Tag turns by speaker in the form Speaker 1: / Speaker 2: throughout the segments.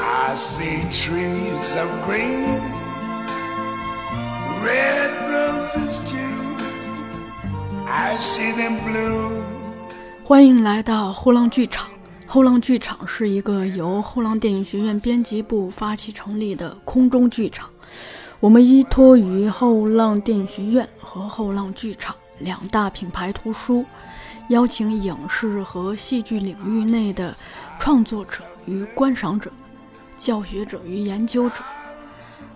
Speaker 1: I see trees of green, red roses too. I see them blue.
Speaker 2: 欢迎来到后浪剧场。后浪剧场是一个由后浪电影学院编辑部发起成立的空中剧场。我们依托于后浪电影学院和后浪剧场两大品牌图书，邀请影视和戏剧领域内的创作者与观赏者、教学者与研究者、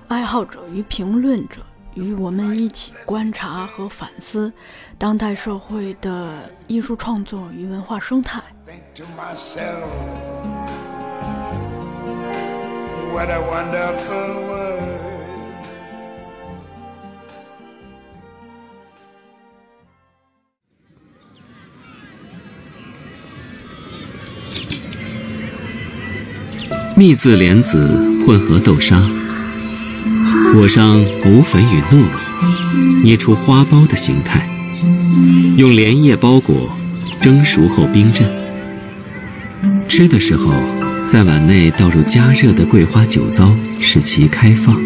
Speaker 2: 爱好者与评论者，与我们一起观察和反思当代社会的艺术创作与文化生态。
Speaker 1: Think to myself, what a wonderful world.
Speaker 3: 蜜渍莲子混合豆沙，裹上藕粉与糯米，捏出花苞的形态，用莲叶包裹，蒸熟后冰镇。吃的时候，在碗内倒入加热的桂花酒糟，使其开放。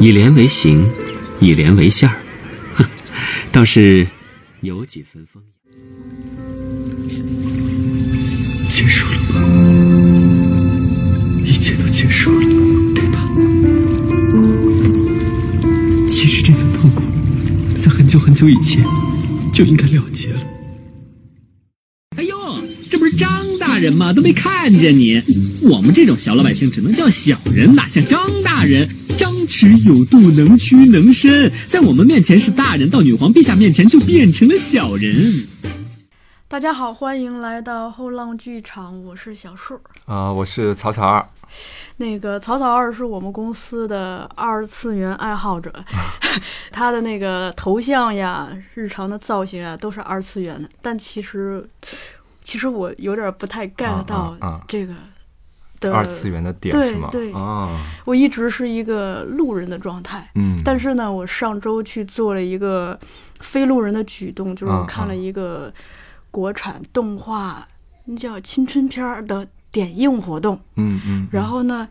Speaker 3: 以莲为形，以莲为馅儿，哼，倒是有几分风。
Speaker 4: 结束了吧？一切都结束了，对吧？其实这份痛苦，在很久很久以前就应该了结了。
Speaker 5: 哎呦，这不是张大人吗？都没看见你。我们这种小老百姓只能叫小人，哪像张大人？张弛有度，能屈能伸，在我们面前是大人，到女皇陛下面前就变成了小人。
Speaker 2: 大家好，欢迎来到后浪剧场，我是小树。
Speaker 6: 啊、我是草草二，
Speaker 2: 那个草草二是我们公司的二次元爱好者， 他的那个头像呀、日常的造型啊，都是二次元的。但其实，其实我有点不太 get 到
Speaker 6: 啊啊啊
Speaker 2: 这个的
Speaker 6: 二次元的点
Speaker 2: 呃对
Speaker 6: 是吗？
Speaker 2: 对
Speaker 6: 啊，
Speaker 2: 我一直是一个路人的状态。
Speaker 6: 嗯，
Speaker 2: 但
Speaker 6: 是
Speaker 2: 是呢，我上周去做了一个非路人的举动，就是我
Speaker 6: 嗯
Speaker 2: 看了
Speaker 6: 嗯
Speaker 2: 一个国产动画，那叫青春片儿的点映活动。
Speaker 6: 嗯嗯，
Speaker 2: 然后呢，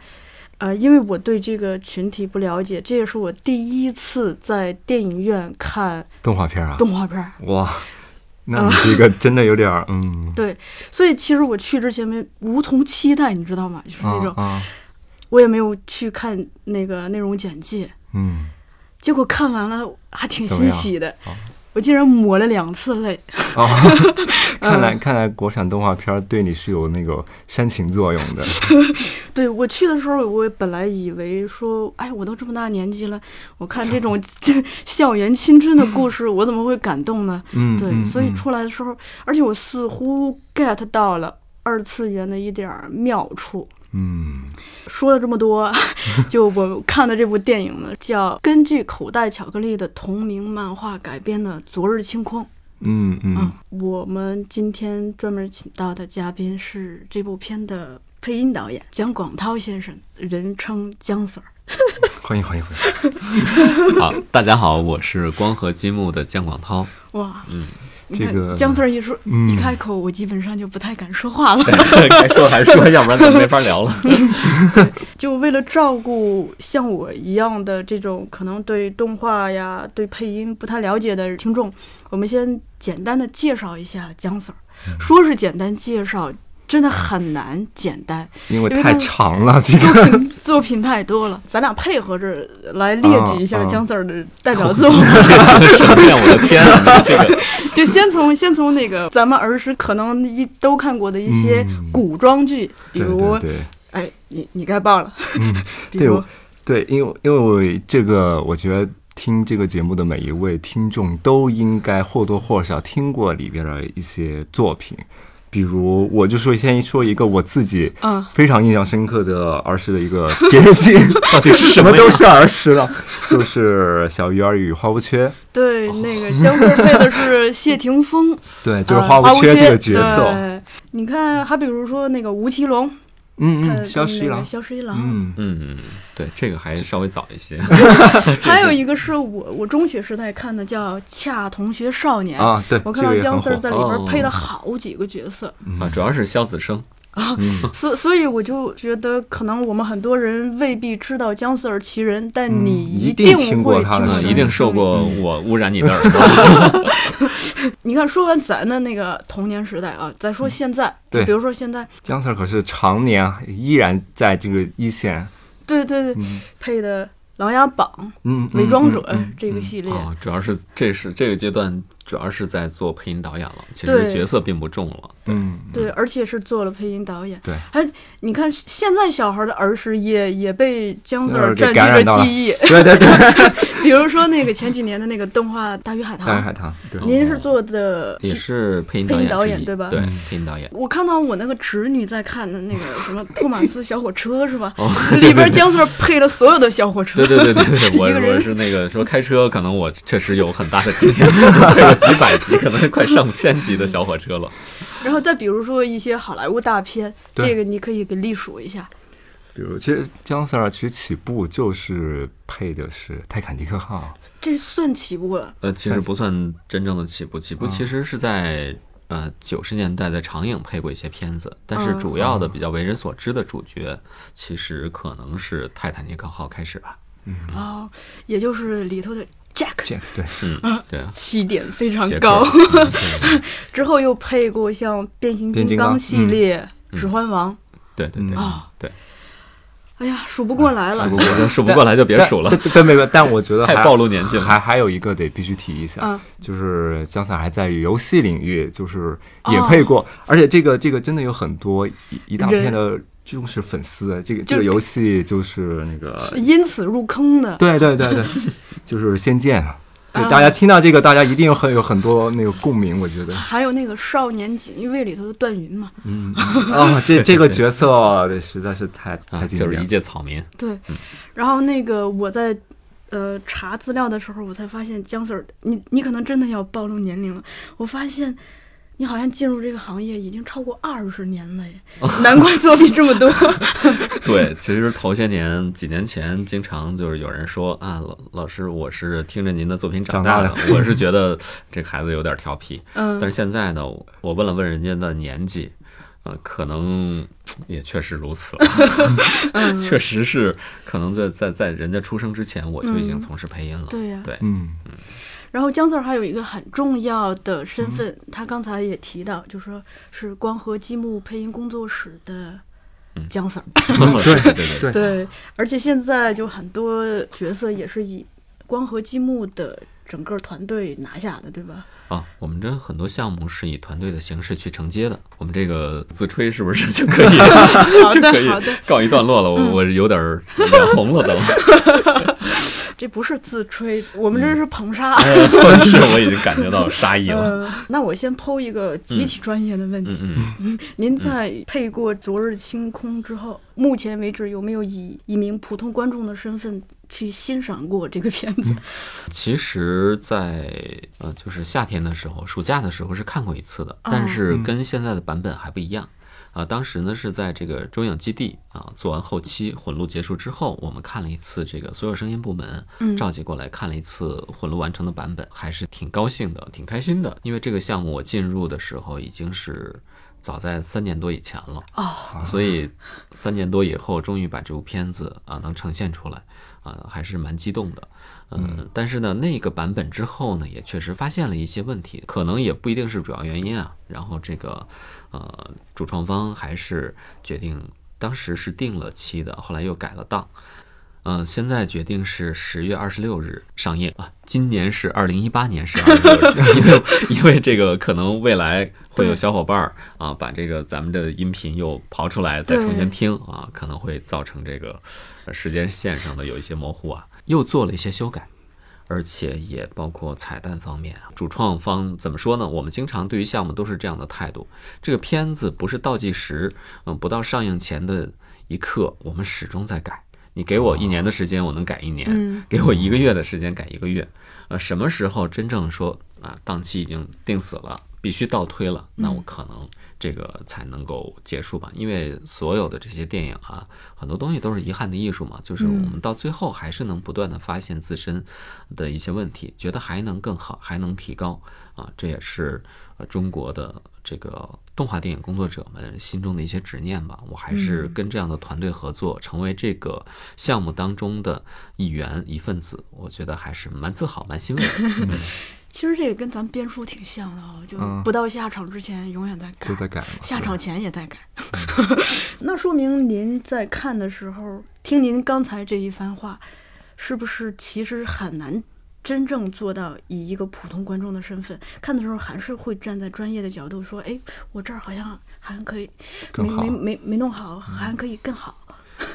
Speaker 2: 呃，因为我对这个群体不了解，这也是我第一次在电影院看
Speaker 6: 动画片啊，
Speaker 2: 动呃画片儿，
Speaker 6: 哇，那你这个真的有点儿，嗯，
Speaker 2: 对，所以其实我去之前没无从期待，你知道吗？就是
Speaker 6: 啊
Speaker 2: 那种、
Speaker 6: 啊，
Speaker 2: 我也没有去看那个内容简介，
Speaker 6: 嗯，
Speaker 2: 结果看完了还挺
Speaker 6: 怎么
Speaker 2: 欣
Speaker 6: 样
Speaker 2: 喜的
Speaker 6: 啊，
Speaker 2: 我竟然抹了两次泪。
Speaker 6: 哦，看
Speaker 2: 嗯
Speaker 6: 来看来国产动画片儿对你是有那个煽情作用的，
Speaker 2: 对我去的时候，我本来以为说，哎，我都这么大年纪了，我看这种 校园青春的故事，我怎么会感动呢？
Speaker 6: 嗯，
Speaker 2: 对，
Speaker 6: 嗯
Speaker 2: 所以
Speaker 6: 嗯
Speaker 2: 出来的时候，而且我似乎 get 到了二次元的一点儿妙处。
Speaker 6: 嗯，
Speaker 2: 说了这么多， 就我看的这部电影呢，叫根据口袋巧克力的同名漫画改编的《昨日清空》。
Speaker 6: 嗯嗯，
Speaker 2: 我们今天专门请到的嘉宾是这部片的配音导演姜广涛先生，人称姜 Sir。
Speaker 6: 欢迎欢迎欢迎，
Speaker 3: 好，啊大家好，我是光合积木的姜广涛。
Speaker 2: 哇，你
Speaker 6: 这
Speaker 2: 看
Speaker 6: 个
Speaker 2: 姜 Sir 一说、一
Speaker 6: 嗯
Speaker 2: 开口，我基本上就不太敢说话了。
Speaker 3: 该说还说，要不然咱没法聊了。
Speaker 2: 就为了照顾像我一样的这种可能对动画呀、对配音不太了解的听众，我们先简单的介绍一下姜 Sir。说
Speaker 6: 嗯
Speaker 2: 是简单介绍，真的很难简单，
Speaker 6: 因为
Speaker 2: 因为
Speaker 6: 太
Speaker 2: 它
Speaker 6: 长了，这个
Speaker 2: 作品作品太多了。 咱俩配合着来列举一下
Speaker 6: 啊啊
Speaker 2: 姜 Sir 的代表 作，
Speaker 3: 什么呀？我的天 啊！这个
Speaker 2: 就先从先从那个咱们儿时可能一都看过的一些
Speaker 6: 嗯
Speaker 2: 古装剧，比
Speaker 6: 对
Speaker 2: 如
Speaker 6: 对对。
Speaker 2: 哎，你你该报了，
Speaker 6: 嗯，
Speaker 2: 比
Speaker 6: 对
Speaker 2: 如
Speaker 6: 我对，因为因为我这个，我觉得听这个节目的每一位听众都应该或多或少听过里边的一些作品，比如我就说先说一个我自己
Speaker 2: 嗯
Speaker 6: 非常印象深刻的儿时的一个 电视剧，到底是什么都是儿时了，就是《小鱼儿与花无缺》。
Speaker 2: 对，
Speaker 6: 哦
Speaker 2: 那个姜昆配的是谢霆锋，
Speaker 6: 对， 就
Speaker 2: 呃
Speaker 6: 是花
Speaker 2: 无
Speaker 6: 无缺这个角色，
Speaker 2: 对你看，还比如说那个吴奇隆，
Speaker 6: 嗯
Speaker 2: 他
Speaker 6: 嗯，萧十一
Speaker 2: 那个
Speaker 6: 郎，
Speaker 2: 萧十一郎。
Speaker 6: 嗯，
Speaker 3: 嗯，对，这个还稍微早一些。
Speaker 2: 还有一个是我我中学时代看的叫《恰同学少年》，
Speaker 6: 啊，对，
Speaker 2: 我
Speaker 6: 这
Speaker 2: 看到
Speaker 6: 个也
Speaker 2: 姜
Speaker 6: 很火嗯
Speaker 2: Sir 在里边
Speaker 3: 哦
Speaker 2: 配了好几个角色。
Speaker 3: 啊，主要是萧子生，
Speaker 2: 啊，所所以我就觉得，可能我们很多人未必知道江四尔其人，但你
Speaker 6: 嗯一
Speaker 2: 定
Speaker 6: 定听过
Speaker 2: 会
Speaker 6: 他的
Speaker 2: 听
Speaker 7: 嗯，
Speaker 6: 声音
Speaker 7: 一定受过我污染你的
Speaker 2: 嗯
Speaker 7: 耳朵。
Speaker 2: 你看，说完咱的那个童年时代啊，再说现在，
Speaker 6: 嗯对
Speaker 2: 就比如说现在，
Speaker 6: 姜 Sir 可是常年依然在这个一线，
Speaker 2: 对对对，配的《琅琊榜》
Speaker 6: 嗯，
Speaker 2: 《伪装者
Speaker 6: 嗯嗯嗯》
Speaker 2: 这个系列，
Speaker 7: 哦，主要是这是这个阶段，主要是在做配音导演了，其
Speaker 2: 对
Speaker 7: 实角色并不重了。
Speaker 6: 嗯，
Speaker 2: 对，而且是做了配音导演。
Speaker 6: 对
Speaker 2: 还你看现在小孩的儿时也也被姜 Sir
Speaker 6: 呃给
Speaker 2: 占
Speaker 6: 感染
Speaker 2: 据
Speaker 6: 到
Speaker 2: 着
Speaker 6: 了
Speaker 2: 记忆，
Speaker 6: 对对对，
Speaker 2: 比如说那个前几年的那个动画《大鱼海
Speaker 6: 大鱼
Speaker 2: 棠
Speaker 6: 海》，棠，对，
Speaker 2: 您是做的
Speaker 7: 也是配音
Speaker 2: 配
Speaker 7: 导
Speaker 2: 音
Speaker 7: 演
Speaker 2: 导
Speaker 7: 之
Speaker 2: 演
Speaker 7: 一
Speaker 2: 对吧
Speaker 7: 对，
Speaker 3: 嗯
Speaker 7: 配音导演。
Speaker 2: 我看到我那个侄女在看的那个 什么托马斯小火车是吧？ 里边姜 Sir 配了所有的小火车
Speaker 7: 对。对对对对，我
Speaker 2: 一个人
Speaker 7: 我是那个说开车，可能我确实有很大的经验， 配了几百集，可能快上千集的小火车了。
Speaker 2: 然后再比如说一些好莱坞大片，
Speaker 6: 对
Speaker 2: 这个你可以给隶属一下。
Speaker 6: 比如其实姜 Sir 其实起步就是配的是《泰坦尼克 号
Speaker 2: 这算起步了，
Speaker 7: 呃，其实不算真正的起步，起步其实是在呃九十年代在长影配过一些片子，但是
Speaker 2: 嗯
Speaker 7: 主要的比较为人所知的主角，其实可能是《泰坦尼克号》开始吧。
Speaker 2: 哦，也就是里头的 Jack》
Speaker 6: ，Jack 对，
Speaker 7: 嗯，对，
Speaker 2: 起点非常
Speaker 7: 杰克
Speaker 2: 高，
Speaker 7: 嗯对
Speaker 2: 之后又配过像变形金
Speaker 6: 变形金刚
Speaker 2: 刚系列、指环王，
Speaker 7: 对对对
Speaker 2: 哦
Speaker 7: 对，
Speaker 2: 哎呀，数不过来了。
Speaker 7: 数不过数不过来就别
Speaker 6: 但
Speaker 7: 数了。
Speaker 6: 但但没有，但我 觉得
Speaker 7: 太
Speaker 6: 还
Speaker 7: 暴露年纪了
Speaker 6: 还还有一个得必须提一下，
Speaker 2: 嗯
Speaker 6: 就是姜 Sir 还在游戏领域，就是也
Speaker 7: 哦
Speaker 6: 配过，而且这个这个真的有很多一一大片的忠实粉丝。这个这个游戏就是那个，
Speaker 2: 因此入坑的，
Speaker 6: 对对 对对，就是《仙剑》啊。对，大家
Speaker 7: 嗯
Speaker 6: 听到这个，大家一定有很有很多那个共鸣，我觉得
Speaker 2: 还有那个少年锦衣卫里头的段云嘛，
Speaker 6: 啊，这这个角色哦实在是太
Speaker 7: 啊，
Speaker 6: 太经
Speaker 7: 就是
Speaker 6: 典
Speaker 7: 一
Speaker 6: 了。
Speaker 7: 介草民，
Speaker 2: 对，然后那个我在呃查资料的时候，我才发现姜 Sir，你你可能真的要暴露年龄了。我发现你好像进入这个行业已经超过二十年了耶，
Speaker 7: 哦
Speaker 2: 难怪作品这么 多。
Speaker 7: 对，其实头些年几年前，经常就是有人说啊，老老师，我是听着您的作品长
Speaker 6: 长
Speaker 7: 大
Speaker 6: 大
Speaker 7: 的，我是觉得这个孩子有点调皮。但
Speaker 2: 嗯
Speaker 7: 是现在呢，我问了问人家的年纪，呃，可能也确实如 此了，
Speaker 2: 嗯
Speaker 7: 确实是可能在在在人家出生之前，我就已经从事配音了。
Speaker 2: 嗯对呀
Speaker 7: 对，
Speaker 6: 嗯，
Speaker 2: 然后姜 Sir 还有一个很重要的身份，
Speaker 7: 嗯
Speaker 2: 他刚才也提到，就说是光合积木配音工作室的姜 Sir。
Speaker 7: 对对嗯对，
Speaker 2: 对，而且现在就很多角色也是以光合积木的整个团队拿下的，对 吧？
Speaker 7: 啊，我们这很多项目是以团队的形式去承接的。我们这个自吹是不是就可 以
Speaker 2: 好
Speaker 7: 就可
Speaker 2: 的，
Speaker 7: 以
Speaker 2: 好的，
Speaker 7: 告一段落了？
Speaker 2: 嗯
Speaker 7: 我我有点儿脸 红了都。
Speaker 2: 这不是自吹，我们
Speaker 7: 嗯
Speaker 2: 这是捧杀。
Speaker 7: 哎是我已经感觉到 杀意了。
Speaker 2: 呃，那我先抛一个极其专业的问题：
Speaker 7: 嗯嗯，
Speaker 2: 您在配过《昨日清空》之后，目前为止有没有以一名普通观众的身份去欣赏过这个片
Speaker 7: 嗯
Speaker 2: 子？
Speaker 7: 其实在，呃，就是夏天的时候，暑假的时候是看过一次的，但是跟现在的版本还不一样。啊，当时呢是在这个中影基地啊做完后期混录结束之后，我们看了一次这个所有声音部门召集过来看了一次混录完成的版本，还是挺高兴的，挺开心的。因为这个项目我进入的时候已经是早在三年多以前了，所以三年多以后，终于把这部片子啊能呈现出来，啊还是蛮激动的。嗯，但是呢，那个版本之后呢，也确实发现了一些问题，可能也不一定是主要原因啊。然后这个，呃，主创方还是决定，当时是定了期的，后来又改了档。嗯、现在决定是十月二十六日上映啊。今年是二零一八年是二十六日， 因为因为这个可能未来会有小伙伴儿啊，把这个咱们的音频又刨出来再重新听啊，可能会造成这个呃时间线上的有一些模糊啊，又做了一些修改。而且也包括彩蛋方面啊，主创方怎么说呢？我们经常对于项目都是这样的态度。这个片子不是倒计时，嗯，不到上映前的一刻，我们始终在改。你给我一年的时间，我能改一年；给我一个月的时间，改一个月。呃，什么时候真正说啊，档期已经定死了，必须倒推了，那我可能这个才能够结束吧。因为所有的这些电影啊，很多东西都是遗憾的艺术嘛，就是我们到最后还是能不断的发现自身的一些问题，觉得还能更好，还能提高啊，这也是呃中国的这个动画电影工作者们心中的一些执念吧。我还是跟这样的团队合作，成为这个项目当中的一员一份子，我觉得还是蛮自豪、蛮欣慰的。
Speaker 2: 其实这个跟咱们编书挺像的哦，就
Speaker 6: 嗯
Speaker 2: 不到下场之前永远在改，
Speaker 6: 都在改嘛。嗯
Speaker 2: 下场前也在改。 那说明您在看的时候，听您刚才这一番话，是不是其实很难真正做到以一个普通观众的身份看的时候，还是会站在专业的角度说，哎，我这儿好像还可以，没
Speaker 6: 更好嗯
Speaker 2: 没没没弄好，还可以更好。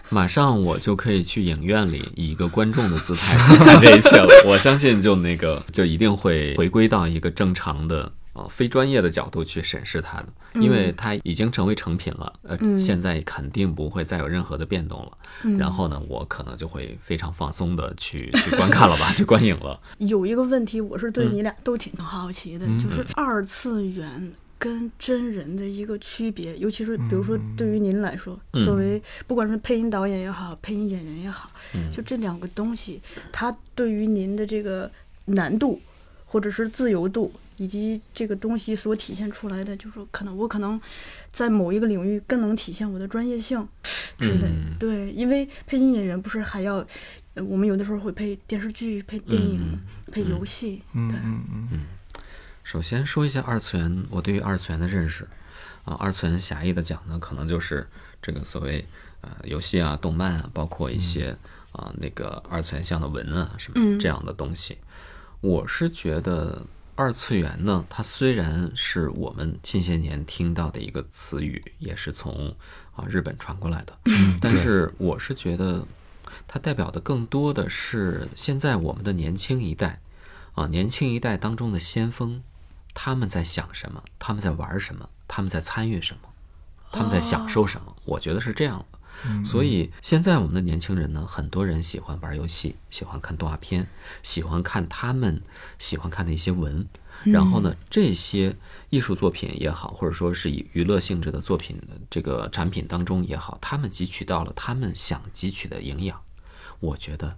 Speaker 7: 马上我就可以去影院里以一个观众的姿态 去看这一切了。我相信，就那个，就一定会回归到一个正常的。呃，非专业的角度去审视它的，因为它已经成为成品了，呃，现在肯定不会再有任何的变动了。然后呢，我可能就会非常放松的去去观看了吧，去观影了。
Speaker 2: 有一个问题，我是对你俩都挺好奇的，就是二次元跟真人的一个区别，尤其是比如说对于您来说，作为不管是配音导演也好，配音演员也好，就这两个东西，它对于您的这个难度或者是自由度。以及这个东西所体现出来的，就是说可能我可能在某一个领域更能体现我的专业性之类的。对，因为配音演员不是还要，呃我们有的时候会配电视剧、配电影、配游戏，
Speaker 7: 嗯
Speaker 6: 嗯
Speaker 2: 对，
Speaker 7: 首先说一下二次元，我对于二次元的认识啊、二次元狭义的讲呢，可能就是这个所谓呃游戏啊、动漫啊，包括一些啊、那个二次元像的文啊什么这样的东西。我是觉得二次元呢，它虽然是我们近些年听到的一个词语，也是从啊日本传过来的，但是我是觉得它代表的更多的是现在我们的年轻一代啊，年轻一代当中的先锋，他们在想什么？他们在玩什么？他们在参与什么？他们在享受什么？我觉得是这样的。所以现在我们的年轻人呢，很多人喜欢玩游戏，喜欢看动画片，喜欢看他们喜欢看的一些文。然后呢，这些艺术作品也好，或者说是以娱乐性质的作品，这个产品当中也好，他们汲取到了他们想汲取的营养。我觉得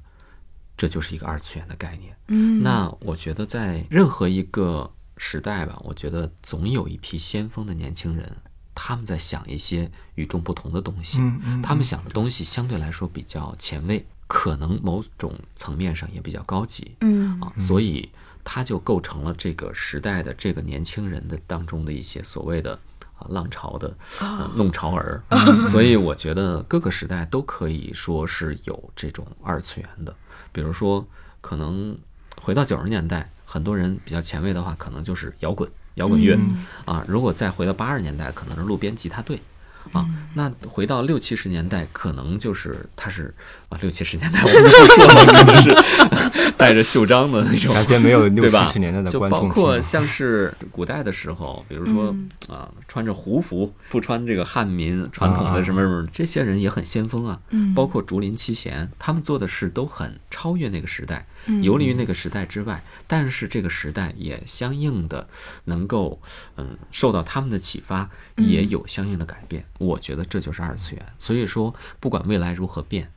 Speaker 7: 这就是一个二次元的概念。嗯，那我觉得在任何一个时代吧，我觉得总有一批先锋的年轻人，他们在想一些与众不同的东西。嗯嗯他们想的东西相对来说比较前卫，可能某种层面上也比较高级。嗯啊，所以它就构成了这个时代的这个年轻人的当中的一些所谓的。啊，浪潮的、呃弄潮儿，所以我觉得各个时代都可以说是有这种二次元的。比如说，可能回到九十年代，很多人比较前卫的话，可能就是摇滚、摇滚乐、啊。如果再回到八十年代，可能是路边吉他队。啊，那回到六七十年代，可能就是他是啊，六七十年代我们就说了，可能是带着袖章的那种，
Speaker 6: 大街没有
Speaker 7: 对吧？
Speaker 6: 60年代的
Speaker 7: 就
Speaker 6: 观
Speaker 7: 包
Speaker 6: 众
Speaker 7: 括
Speaker 6: 听
Speaker 7: 像是古代的时候，比如说啊，穿着胡服，不穿这个汉民传统
Speaker 6: 啊
Speaker 7: 的什么什么，这些人也很先锋啊。
Speaker 2: 嗯
Speaker 7: 包括竹林七贤，他们做的事都很超越那个时代，游离于那个时代之外，但是这个时代也相应的能够嗯受到他们的启发，也有相应的改变。我觉得这就是二次元。所以说，不管未来如何变，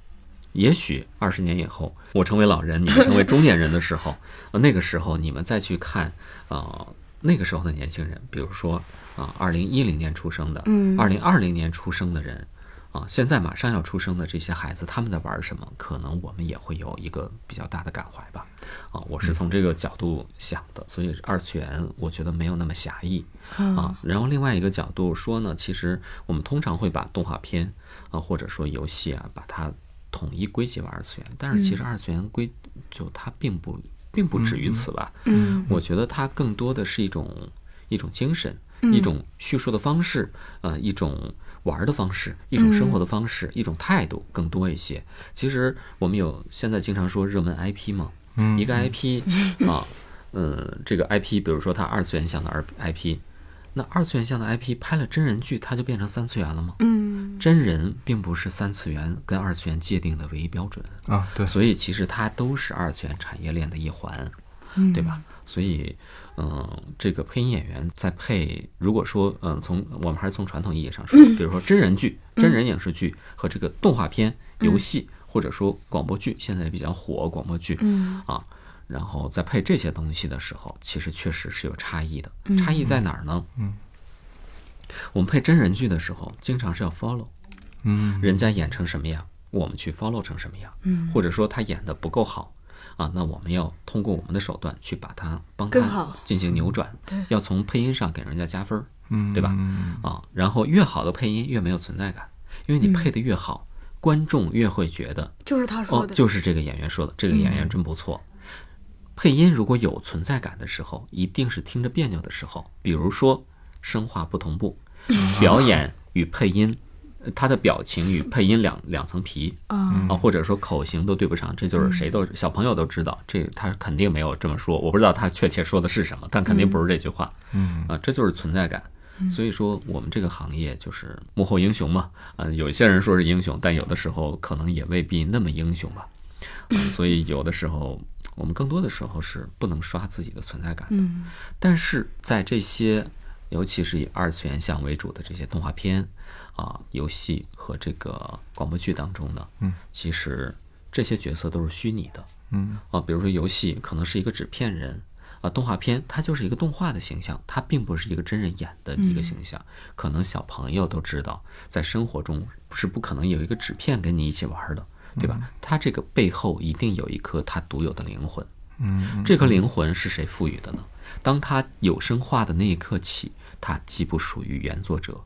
Speaker 7: 也许二十年以后，我成为老人，你们成为中年人的时候，呃那个时候你们再去看，呃，那个时候的年轻人，比如说啊，二零一零年出生的，二零二零年出生的人，啊、现在马上要出生的这些孩子，他们在玩什么？可能我们也会有一个比较大的感怀吧。啊、我是从这个角度想的，所以二次元我觉得没有那么狭义啊。然后另外一个角度说呢，其实我们通常会把动画片啊，或者说游戏啊，把它统一归结为二次元，但是其实二次元归就它并不并不止于此吧。嗯，我觉得它更多的是一种一种精神，一种叙述的方式，呃，一种玩儿的方式，一种生活的方式，一种态度更多一些。其实我们有现在经常说热门 IP 嘛，一个 IP 啊，呃，这个 IP，比如说它二次元向的二 IP。那二次元向的 IP 拍了真人剧，它就变成三次元了吗？嗯，真人并不是三次元跟二次元界定的唯一标准。
Speaker 6: 啊，对，
Speaker 7: 所以其实它都是二次元产业链的一环，对吧？所以，嗯、这个配音演员在配，如果说，嗯、从我们还是从传统意义上说，比如说真人剧、真人影视剧和这个动画片、游戏，或者说广播剧，现在也比较火广播剧，
Speaker 2: 嗯
Speaker 7: 啊，然后在配这些东西的时候，其实确实是有差异的。差异在哪儿呢？嗯，我们配真人剧的时候，经常是要 follow，嗯，人家演成什么样，我们去 follow 成什么样，嗯，或者说他演的不够好。啊，那我们要通过我们的手段去把它帮
Speaker 2: 更
Speaker 7: 他
Speaker 2: 好
Speaker 7: 进行扭转，
Speaker 2: 对
Speaker 7: 要从配音上给人家加分儿，
Speaker 6: 嗯
Speaker 7: 对吧？啊，然后越好的配音越没有存在感，因为
Speaker 2: 嗯
Speaker 7: 你配的越好，观众越会觉得
Speaker 2: 就是他说
Speaker 7: 哦，
Speaker 2: 的，嗯
Speaker 7: 就是这个演员说的，这个演员真不错。配音如果有存在感的时候，一定是听着别扭的时候，比如说声画不同步，
Speaker 2: 嗯
Speaker 7: 表演与配音，呃他的表情与配音两两层皮
Speaker 2: 嗯
Speaker 7: 啊，或者说口型都对不上，这就是谁都小朋友都知道，这他肯定没有这么说，我不知道他确切说的是什么，但肯定不是这句话，嗯啊，这就是存在感。所以说，我们这个行业就是幕后英雄嘛，嗯、有一些人说是英雄，但有的时候可能也未必那么英雄吧。嗯所以有的时候，我们更多的时候是不能刷自己的存在感的。
Speaker 2: 嗯
Speaker 7: 但是在这些，尤其是以二次元像为主的这些动画片啊、游戏和这个广播剧当中呢，嗯，其实这些角色都是虚拟的，嗯啊，比如说游戏可能是一个纸片人。啊，动画片它就是一个动画的形象，它并不是一个真人演的一个形象。可能小朋友都知道，在生活中是不可能有一个纸片跟你一起玩的，对吧？它这个背后一定有一颗它独有的灵魂。
Speaker 6: 嗯
Speaker 7: 这颗灵魂是谁赋予的呢？当它有声化的那一刻起，它既不属于原作者，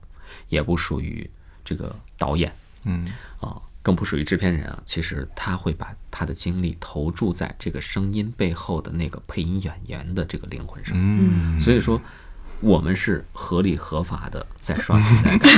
Speaker 7: 也不属于这个导演，
Speaker 6: 嗯
Speaker 7: 啊，更不属于制片人啊。其实他会把他的精力投注在这个声音背后的那个配音演员的这个灵魂上。
Speaker 6: 嗯，
Speaker 7: 所以说，我们是合理合法的在刷存在感。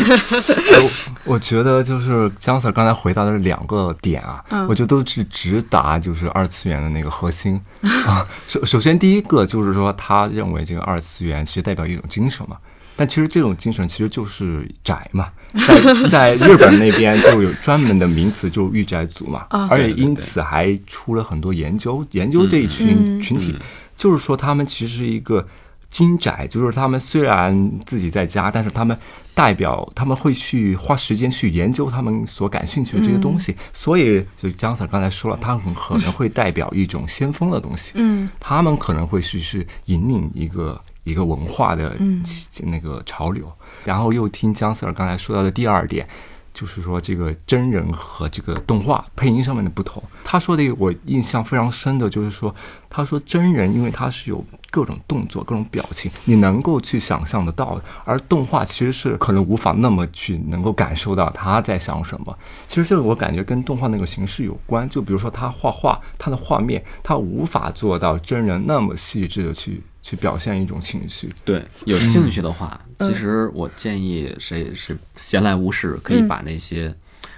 Speaker 6: 我觉得就是江 Sir 刚才回答的两个点啊，
Speaker 7: 嗯
Speaker 6: 我觉得都是直达就是二次元的那个核心啊。 首首先第一个就是说，他认为这个二次元其实代表一种精神嘛。但其实这种精神其实就是宅嘛，在在日本那边就有专门的名词，就是御宅族嘛，而且因此还出了很多研究，研究这一群群体，就是说他们其实是一个精宅，就是他们虽然自己在家，但是他们代表他们会去花时间去研究他们所感兴趣的这些东西，所以就江 Sir 刚才说了，他很可能会代表一种先锋的东西，
Speaker 2: 嗯
Speaker 6: 他们可能会去是引领一个一个文化的
Speaker 2: 嗯
Speaker 6: 起那个潮流。然后又听姜 Sir 刚才说到的第二点，就是说这个真人和这个动画配音上面的不同。他说的一个我印象非常深的就是说，他说真人因为它是有各种动作、各种表情，你能够去想象得到的，而动画其实是可能无法那么去能够感受到他在想什么。其实这个我感觉跟动画那个形式有关，就比如说他画画，他的画面他无法做到真人那么细致的去去表现一种情绪。
Speaker 7: 对，有兴趣的话，其实我建议谁是闲来无事，可以把那些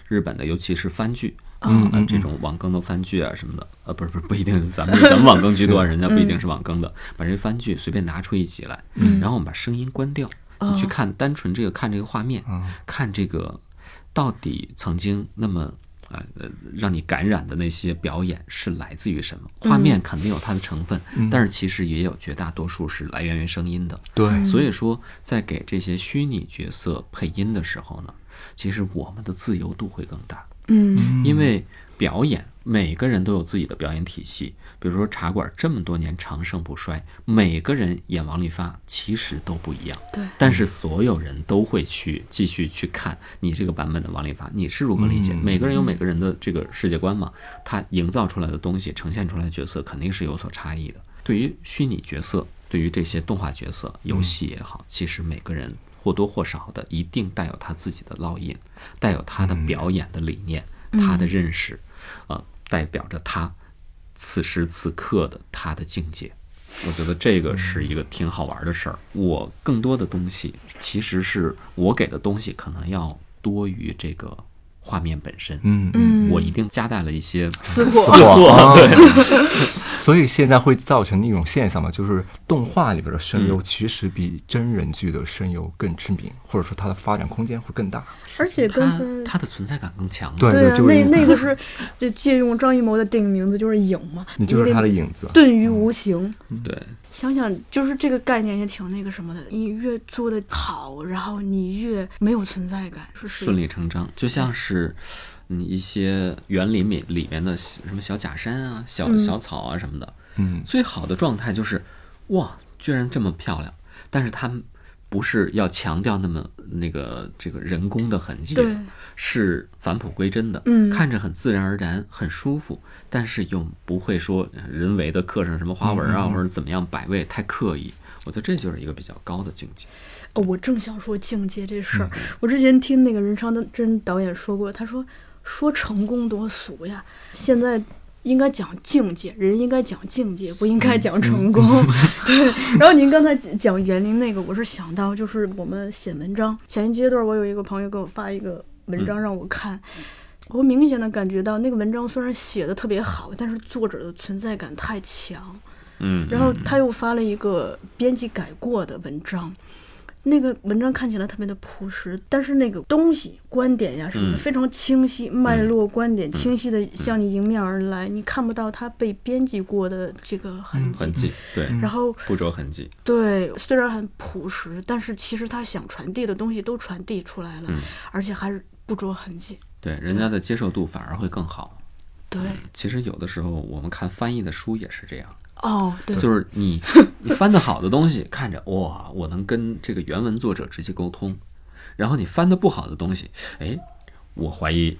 Speaker 7: 日本的，尤其是番剧。啊，这种网更的番剧啊什么的，呃，不是不是，不一定是咱们咱们网更居多，人家不一定是网更的，把这番剧随便拿出一集来，然后我们把声音关掉，你去看单纯这个看这个画面，看这个到底曾经那么呃呃让你感染的那些表演是来自于什么？画面肯定有它的成分，但是其实也有绝大多数是来源于声音的。
Speaker 6: 对，
Speaker 7: 所以说，在给这些虚拟角色配音的时候呢，其实我们的自由度会更大，
Speaker 2: 嗯
Speaker 7: 因为表演每个人都有自己的表演体系。比如说茶馆这么多年长盛不衰，每个人演王利发其实都不一样，
Speaker 2: 对
Speaker 7: 但是所有人都会去继续去看你这个版本的王利发，你是如何理解？每个人有每个人的这个世界观嘛，他营造出来的东西，呈现出来的角色肯定是有所差异的。对于虚拟角色，对于这些动画角色、游戏也好，其实每个人或多或少的一定带有他自己的烙印，带有他的表演的理念，他的认识，呃，代表着他此时此刻的他的境界。我觉得这个是一个挺好玩的事儿。我更多的东西其实是我给的东西，可能要多于这个画面本身。
Speaker 6: 嗯嗯。
Speaker 2: 嗯，
Speaker 7: 我一定夹带了一些
Speaker 2: 撕破，
Speaker 6: 哇，对，所以现在会造成一种现象嘛，就是动画里边的声优其实比真人剧的声优更知名，或者说它的发展空间会更大。
Speaker 8: 而且跟
Speaker 7: 它
Speaker 8: 孙。
Speaker 7: 它的存在感更强。
Speaker 6: 对
Speaker 8: 对啊，
Speaker 6: 就
Speaker 8: 那
Speaker 6: 是
Speaker 8: 那个是就借用张艺谋的电影名字，就是影嘛，
Speaker 6: 你就是
Speaker 8: 得
Speaker 6: 他的影子。
Speaker 8: 遁于无形，
Speaker 7: 对，
Speaker 2: 想想就是这个概念也挺那个什么的，你越做的好，然后你越没有存在感，是
Speaker 7: 顺理成章，就像是嗯一些园林里里面的小什么小假山啊、小小草啊什么的，
Speaker 6: 嗯
Speaker 7: 最好的状态就是哇，居然这么漂亮，但是它不是要强调那么那个这个人工的痕迹的
Speaker 2: 对，
Speaker 7: 是返璞归真的，
Speaker 2: 嗯
Speaker 7: 看着很自然而然，很舒服，但是又不会说呃人为的刻上什么花纹
Speaker 2: 嗯
Speaker 7: 啊，或者怎么样摆位太刻意。我觉得这就是一个比较高的境界。
Speaker 2: 哦，我正想说境界这事儿，我之前听那个任昌真导演说过，他说说成功多俗呀，现在。应该讲境界，人应该讲境界，不应该讲成功。对。 然后您刚才讲讲园林那个，我是想到就是我们写文章前一阶段，我有一个朋友给我发一个文
Speaker 7: 嗯
Speaker 2: 章让我看，我明显的感觉到那个文章虽然写的特别好，但是作者的存在感太强。
Speaker 7: 嗯，
Speaker 2: 然后他又发了一个编辑改过的文章，那个文章看起来特别的朴实，但是那个东西、观点呀什么的、
Speaker 7: 嗯
Speaker 2: 非常清晰，脉络、观点清晰的向你迎面而来，你看不到它被编辑过的这个痕迹。
Speaker 7: 嗯痕迹对
Speaker 2: 然后，
Speaker 7: 步骤痕迹，
Speaker 2: 对，虽然很朴实，但是其实他想传递的东西都传递出来了，
Speaker 7: 嗯
Speaker 2: 而且还是不着痕迹。
Speaker 7: 对人家的接受度反而会更好。
Speaker 2: 对，
Speaker 7: 其实有的时候我们看翻译的书也是这样，
Speaker 2: 哦，对，
Speaker 7: 就是你你翻的好的东西，看着哇，我能跟这个原文作者直接沟通；然后你翻的不好的东西，哎，我怀疑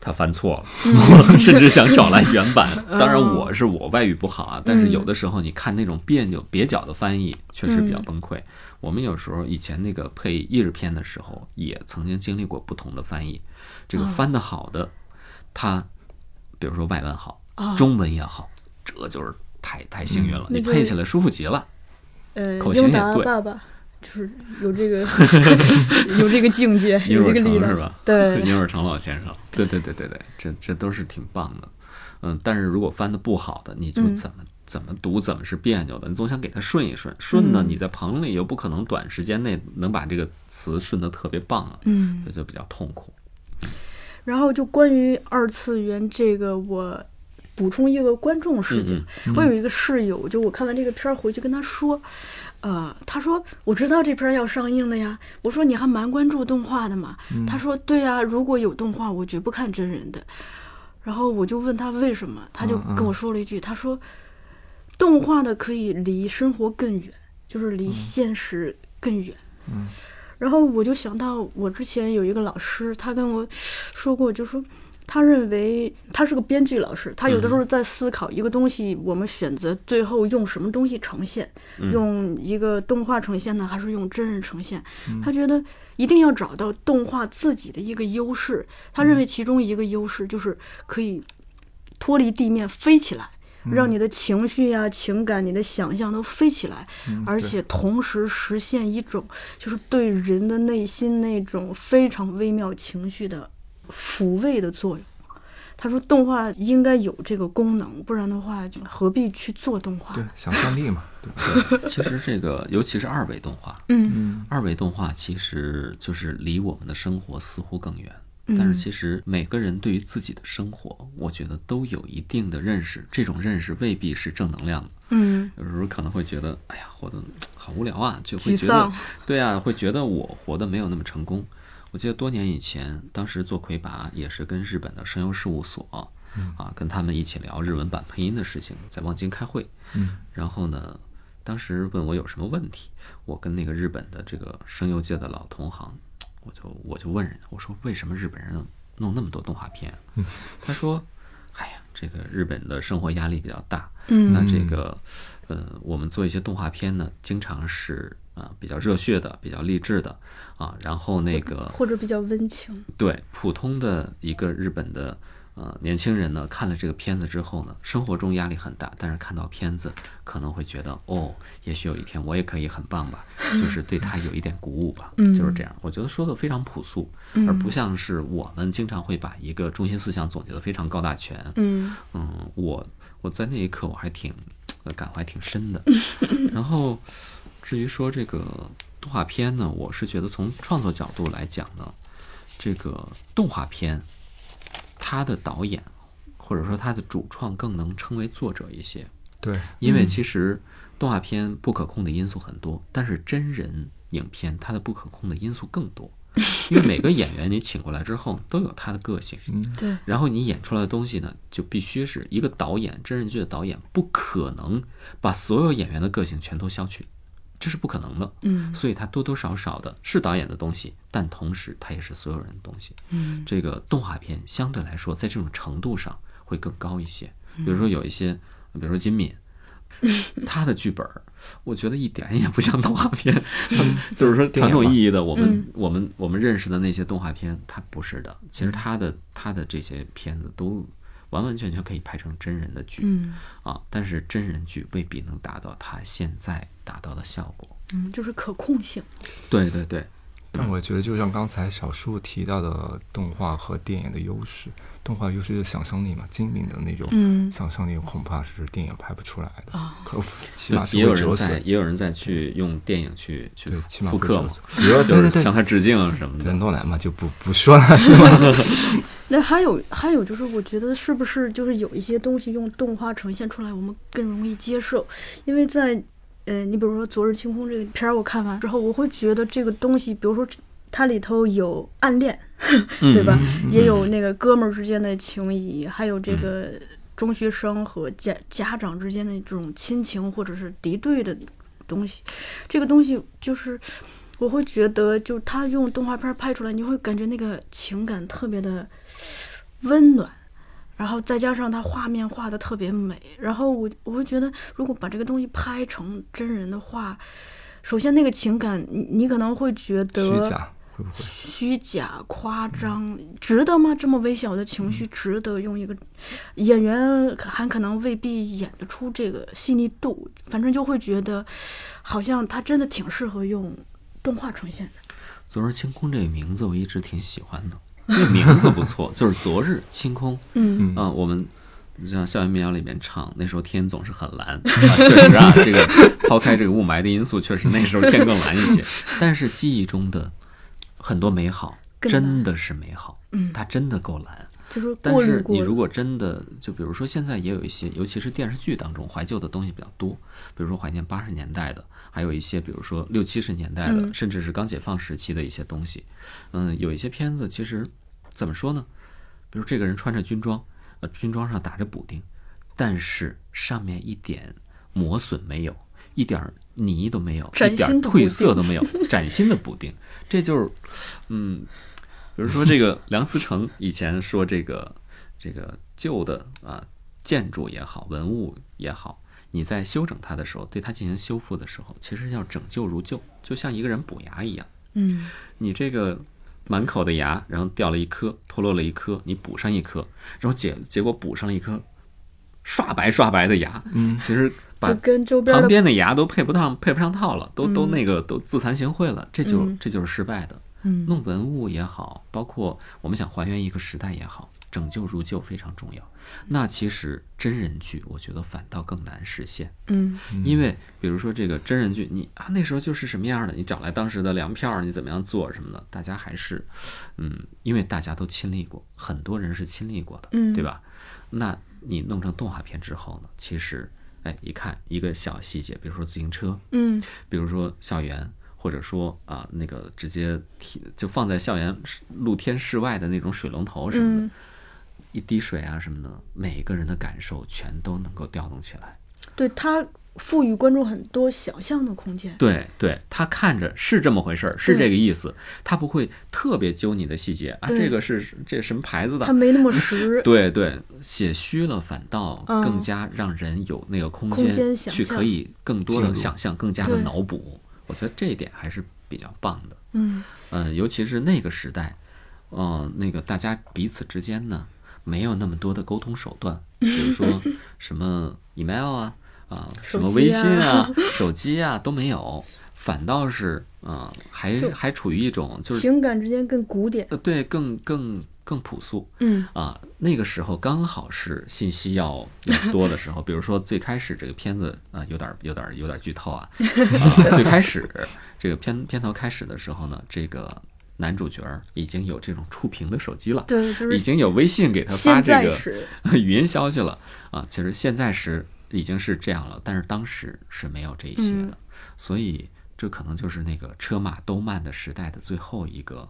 Speaker 7: 他翻错了， 我甚至想找来原版。当然，我是我外语不好啊，但是有的时候你看那种别扭蹩脚的翻译，确实比较崩溃。我们有时候以前那个配译日片的时候，也曾经经历过不同的翻译。这个
Speaker 2: 嗯
Speaker 7: 翻的好的，它比如说外文好，中文也好，这就是太太幸运了，
Speaker 2: 啊嗯那
Speaker 7: 你
Speaker 2: 就
Speaker 7: 配起来舒服极了。
Speaker 2: 呃，
Speaker 7: 口
Speaker 2: 英
Speaker 7: 型也
Speaker 2: 达
Speaker 7: 对
Speaker 2: 爸爸就是有这 个有这个境界，
Speaker 7: 一
Speaker 2: 有
Speaker 7: 若
Speaker 2: 这个力
Speaker 7: 成
Speaker 2: 量，
Speaker 7: 是吧？，
Speaker 2: 对
Speaker 7: 一若成老先生，对对对对对，这这都是挺棒的。嗯，但是如果翻的不好的，你就
Speaker 2: 嗯
Speaker 7: 怎么、怎么读怎么是别扭的，你总想给它顺一顺，顺
Speaker 2: 嗯
Speaker 7: 呢，你在棚里又不可能短时间内能把这个词顺得特别棒啊，
Speaker 2: 嗯，
Speaker 7: 这就比较痛苦。
Speaker 2: 然后就关于二次元这个，我补充一个观众视角。我有一个室友，就我看完这个片儿回去跟他说，呃，他说我知道这片儿要上映了呀。我说你还蛮关注动画的嘛？他说对呀、如果有动画，我绝不看真人的。然后我就问他为什么，他就跟我说了一句，他说动画的可以离生活更远，就是离现实更远。然后我就想到我之前有一个老师，他跟我说过，就说他认为他是个编剧老师，他有的时候在思考一个东西，我们选择最后用什么东西呈现，用一个动画呈现呢，还是用真人呈现？他觉得一定要找到动画自己的一个优势，他认为其中一个优势就是可以脱离地面飞起来。让你的情绪呀、情感、你的想象都飞起来，而且同时实现一种就是对人的内心那种非常微妙情绪的抚慰的作用。他说，动画应该有这个功能，不然的话，就何必去做动画
Speaker 6: 对
Speaker 2: 呢？，
Speaker 6: 想象力嘛，对吧？
Speaker 7: 其实这个，尤其是二维动画，
Speaker 2: 嗯
Speaker 7: 二维动画其实就是离我们的生活似乎更远，但是其实每个人对于自己的生活，我觉得都有一定的认识，这种认识未必是正能量的。
Speaker 2: 嗯，
Speaker 7: 有时候可能会觉得，哎呀，活得好无聊啊，就会
Speaker 2: 沮
Speaker 7: 觉
Speaker 2: 丧
Speaker 7: 得，对啊，会觉得我活得没有那么成功。我记得多年以前，当时做魁拔也是跟日本的声优事务所，啊，跟他们一起聊日文版配音的事情，在望京开会。然后呢，当时问我有什么问题，我跟那个日本的这个声优界的老同行，我就我就问人家，我说为什么日本人弄那么多动画片啊？他说，哎呀，这个日本的生活压力比较大，
Speaker 2: 嗯
Speaker 7: 那这个呃，我们做一些动画片呢，经常是啊、比较热血的，比较励志的啊，然后那个
Speaker 2: 或者比较温情，
Speaker 7: 对普通的一个日本的呃年轻人呢，看了这个片子之后呢，生活中压力很大，但是看到片子可能会觉得哦，也许有一天我也可以很棒吧，就是对他有一点鼓舞吧，就是这样。我觉得说的非常朴素，而不像是我们经常会把一个中心思想总结的非常高大全。
Speaker 2: 嗯
Speaker 7: 嗯，我我在那一刻我还挺呃感怀挺深的。然后至于说这个动画片呢，我是觉得从创作角度来讲呢，这个动画片它的导演或者说它的主创更能称为作者一些。
Speaker 6: 对，
Speaker 7: 因为其实动画片不可控的因素很多，但是真人影片它的不可控的因素更多，因为每个演员你请过来之后都有他的个性，
Speaker 6: 嗯
Speaker 2: 对，
Speaker 7: 然后你演出来的东西呢，就必须是一个导演，真人剧的导演不可能把所有演员的个性全都消去，这是不可能的。
Speaker 2: 嗯，
Speaker 7: 所以它多多少少的是导演的东西，但同时它也是所有人的东西。嗯，这个动画片相对来说，在这种程度上会更高一些。比如说有一些，比如说金敏，他的剧本儿，我觉得一点也不像动画片。就是说传统意义的，我们我们我们认识的那些动画片，它不是的。其实他的他的这些片子都完完全全可以拍成真人的剧。
Speaker 2: 嗯
Speaker 7: 啊，但是真人剧未必能达到它现在达到的效果。
Speaker 2: 嗯，就是可控性。
Speaker 7: 对对对，
Speaker 6: 但我觉得，就像刚才小树提到的，动画和电影的优势，动画优势就是想象力嘛，精明的那种
Speaker 2: 嗯
Speaker 6: 想象力，恐怕是电影拍不出来的。
Speaker 7: 哦
Speaker 6: 可起
Speaker 7: 对
Speaker 6: 码是
Speaker 7: 也有
Speaker 6: 会
Speaker 7: 人
Speaker 6: 折
Speaker 7: 在
Speaker 6: 损，
Speaker 7: 也有人在去用电影去去
Speaker 6: 对起码
Speaker 7: 复
Speaker 6: 会
Speaker 7: 刻
Speaker 6: 折
Speaker 7: 嘛，
Speaker 6: 损
Speaker 7: 比如说 就
Speaker 6: 对对
Speaker 7: 是
Speaker 6: 对
Speaker 7: 向他致敬啊什么的
Speaker 6: 人。都来嘛，就不不说了，是吧？
Speaker 2: 那还有还有就是，我觉得是不是就是有一些东西用动画呈现出来，我们更容易接受？因为在，呃，你比如说《昨日清空》这个片儿，我看完之后，我会觉得这个东西，比如说它里头有暗恋，
Speaker 6: 嗯
Speaker 2: 对吧？也有那个哥们儿之间的情谊，还有
Speaker 6: 嗯
Speaker 2: 这个中学生和家家长之间的这种亲情或者是敌对的东西。这个东西就是我会觉得，就是他用动画片儿拍出来，你会感觉那个情感特别的温暖，然后再加上他画面画的特别美，然后我我会觉得，如果把这个东西拍成真人的话，首先那个情感，你你可能会觉得
Speaker 6: 虚假会不会？
Speaker 2: 虚假、夸张，值得吗？这么微小的情绪，值得用一个演员可还可能未必演得出这个细腻度，反正就会觉得，好像他真的挺适合用动画呈现的。
Speaker 7: 昨日清空这个名字我一直挺喜欢的，这个名字不错，就是昨日清空。
Speaker 2: 嗯
Speaker 7: 啊，我们像校园民谣里面唱，那时候天总是很蓝 啊，确实啊，这个抛开这个雾霾的因素，确实那时候天更蓝一些。但是记忆中的很多美好，
Speaker 2: 更蓝
Speaker 7: 真的是美好，
Speaker 2: 嗯
Speaker 7: 它真的够蓝。
Speaker 2: 就是
Speaker 7: 但
Speaker 2: 过滤
Speaker 7: 是
Speaker 2: 过
Speaker 7: 你如果真的，就比如说现在也有一些，尤其是电视剧当中怀旧的东西比较多，比如说怀念八十年代的，还有一些比如说六七十年代的，
Speaker 2: 嗯
Speaker 7: 甚至是刚解放时期的一些东西。嗯，有一些片子其实怎么说呢？比如这个人穿着军装，呃，军装上打着补丁，但是上面一点磨损没有，一点儿泥都没有，
Speaker 2: 崭
Speaker 7: 一点儿
Speaker 2: 新的补
Speaker 7: 褪
Speaker 2: 丁
Speaker 7: 色都没有，崭新的补丁，这就是，嗯，比如说 这个梁思成以前说这个这个旧的啊建筑也好，文物也好，你在修整它的时候，对它进行修复的时候，其实要拯救如旧，就像一个人补牙一样。
Speaker 2: 嗯
Speaker 7: 你这个满口的牙，然后掉了一颗，脱落了一颗，你补上一颗，然后结结果补上一颗刷白刷白的牙，嗯，其实把
Speaker 2: 就跟周边的
Speaker 7: 旁边的牙都配不上配不上套了，都都那个都自惭形秽了，这就
Speaker 2: 嗯
Speaker 7: 这就是失败的。
Speaker 2: 嗯
Speaker 7: 弄文物也好，包括我们想还原一个时代也好，拯救如旧非常重要。那其实真人剧，我觉得反倒更难实现。
Speaker 2: 嗯
Speaker 7: 因为比如说这个真人剧，你啊那时候就是什么样的，你找来当时的粮票儿，你怎么样做什么的，大家还是，嗯，因为大家都亲历过，很多人是亲历过的，
Speaker 2: 嗯
Speaker 7: 对吧？那你弄成动画片之后呢，其实，哎，一看一个小细节，比如说自行车，
Speaker 2: 嗯
Speaker 7: 比如说校园，或者说啊那个直接提就放在校园室露天室外的那种水龙头什么的，
Speaker 2: 嗯
Speaker 7: 一滴水啊什么的，每个人的感受全都能够调动起来。
Speaker 2: 对他赋予观众很多想象的空间。
Speaker 7: 对对，他看着是这么回事儿，是这个意思，他不会特别揪你的细节啊，
Speaker 2: 对
Speaker 7: 这个是这什么牌子
Speaker 2: 他
Speaker 7: 的。
Speaker 2: 没那么实，
Speaker 7: 对对，写虚了反倒
Speaker 2: 嗯
Speaker 7: 更加让人有那个空
Speaker 2: 空
Speaker 7: 间
Speaker 2: 间想
Speaker 7: 去可
Speaker 2: 象
Speaker 7: 以更多的
Speaker 6: 进入
Speaker 7: 想象，更加的
Speaker 2: 对
Speaker 7: 脑补。我觉得这一点还是比较棒的。
Speaker 2: 嗯
Speaker 7: 嗯，尤其是那个时代，嗯、那个大家彼此之间呢，没有那么多的沟通手段，比如 说什么 email 啊，啊、什
Speaker 2: 手
Speaker 7: 么
Speaker 2: 机
Speaker 7: 微信
Speaker 2: 啊
Speaker 7: 啊、手机啊都没有，反倒是啊、呃还
Speaker 2: 就
Speaker 7: 还处于一种就是
Speaker 2: 情感之间更古典。
Speaker 7: 呃对更更更朴素，
Speaker 2: 嗯
Speaker 7: 啊，那个时候刚好是信息要要多的时候，比如说最开始这个片子啊、有点儿有点儿有点儿剧透 啊，啊最开始这个片片头开始的时候呢，这个男主角儿已经有这种触屏的手机了，
Speaker 2: 对，就
Speaker 7: 已
Speaker 2: 是
Speaker 7: 经有微信给他发
Speaker 2: 现
Speaker 7: 这
Speaker 2: 在
Speaker 7: 个
Speaker 2: 时，
Speaker 7: 语音消息了啊。其实现在时已经是这样了，但是当时是没有这些的，所以这可能就是那个车马都慢的时代的最后一个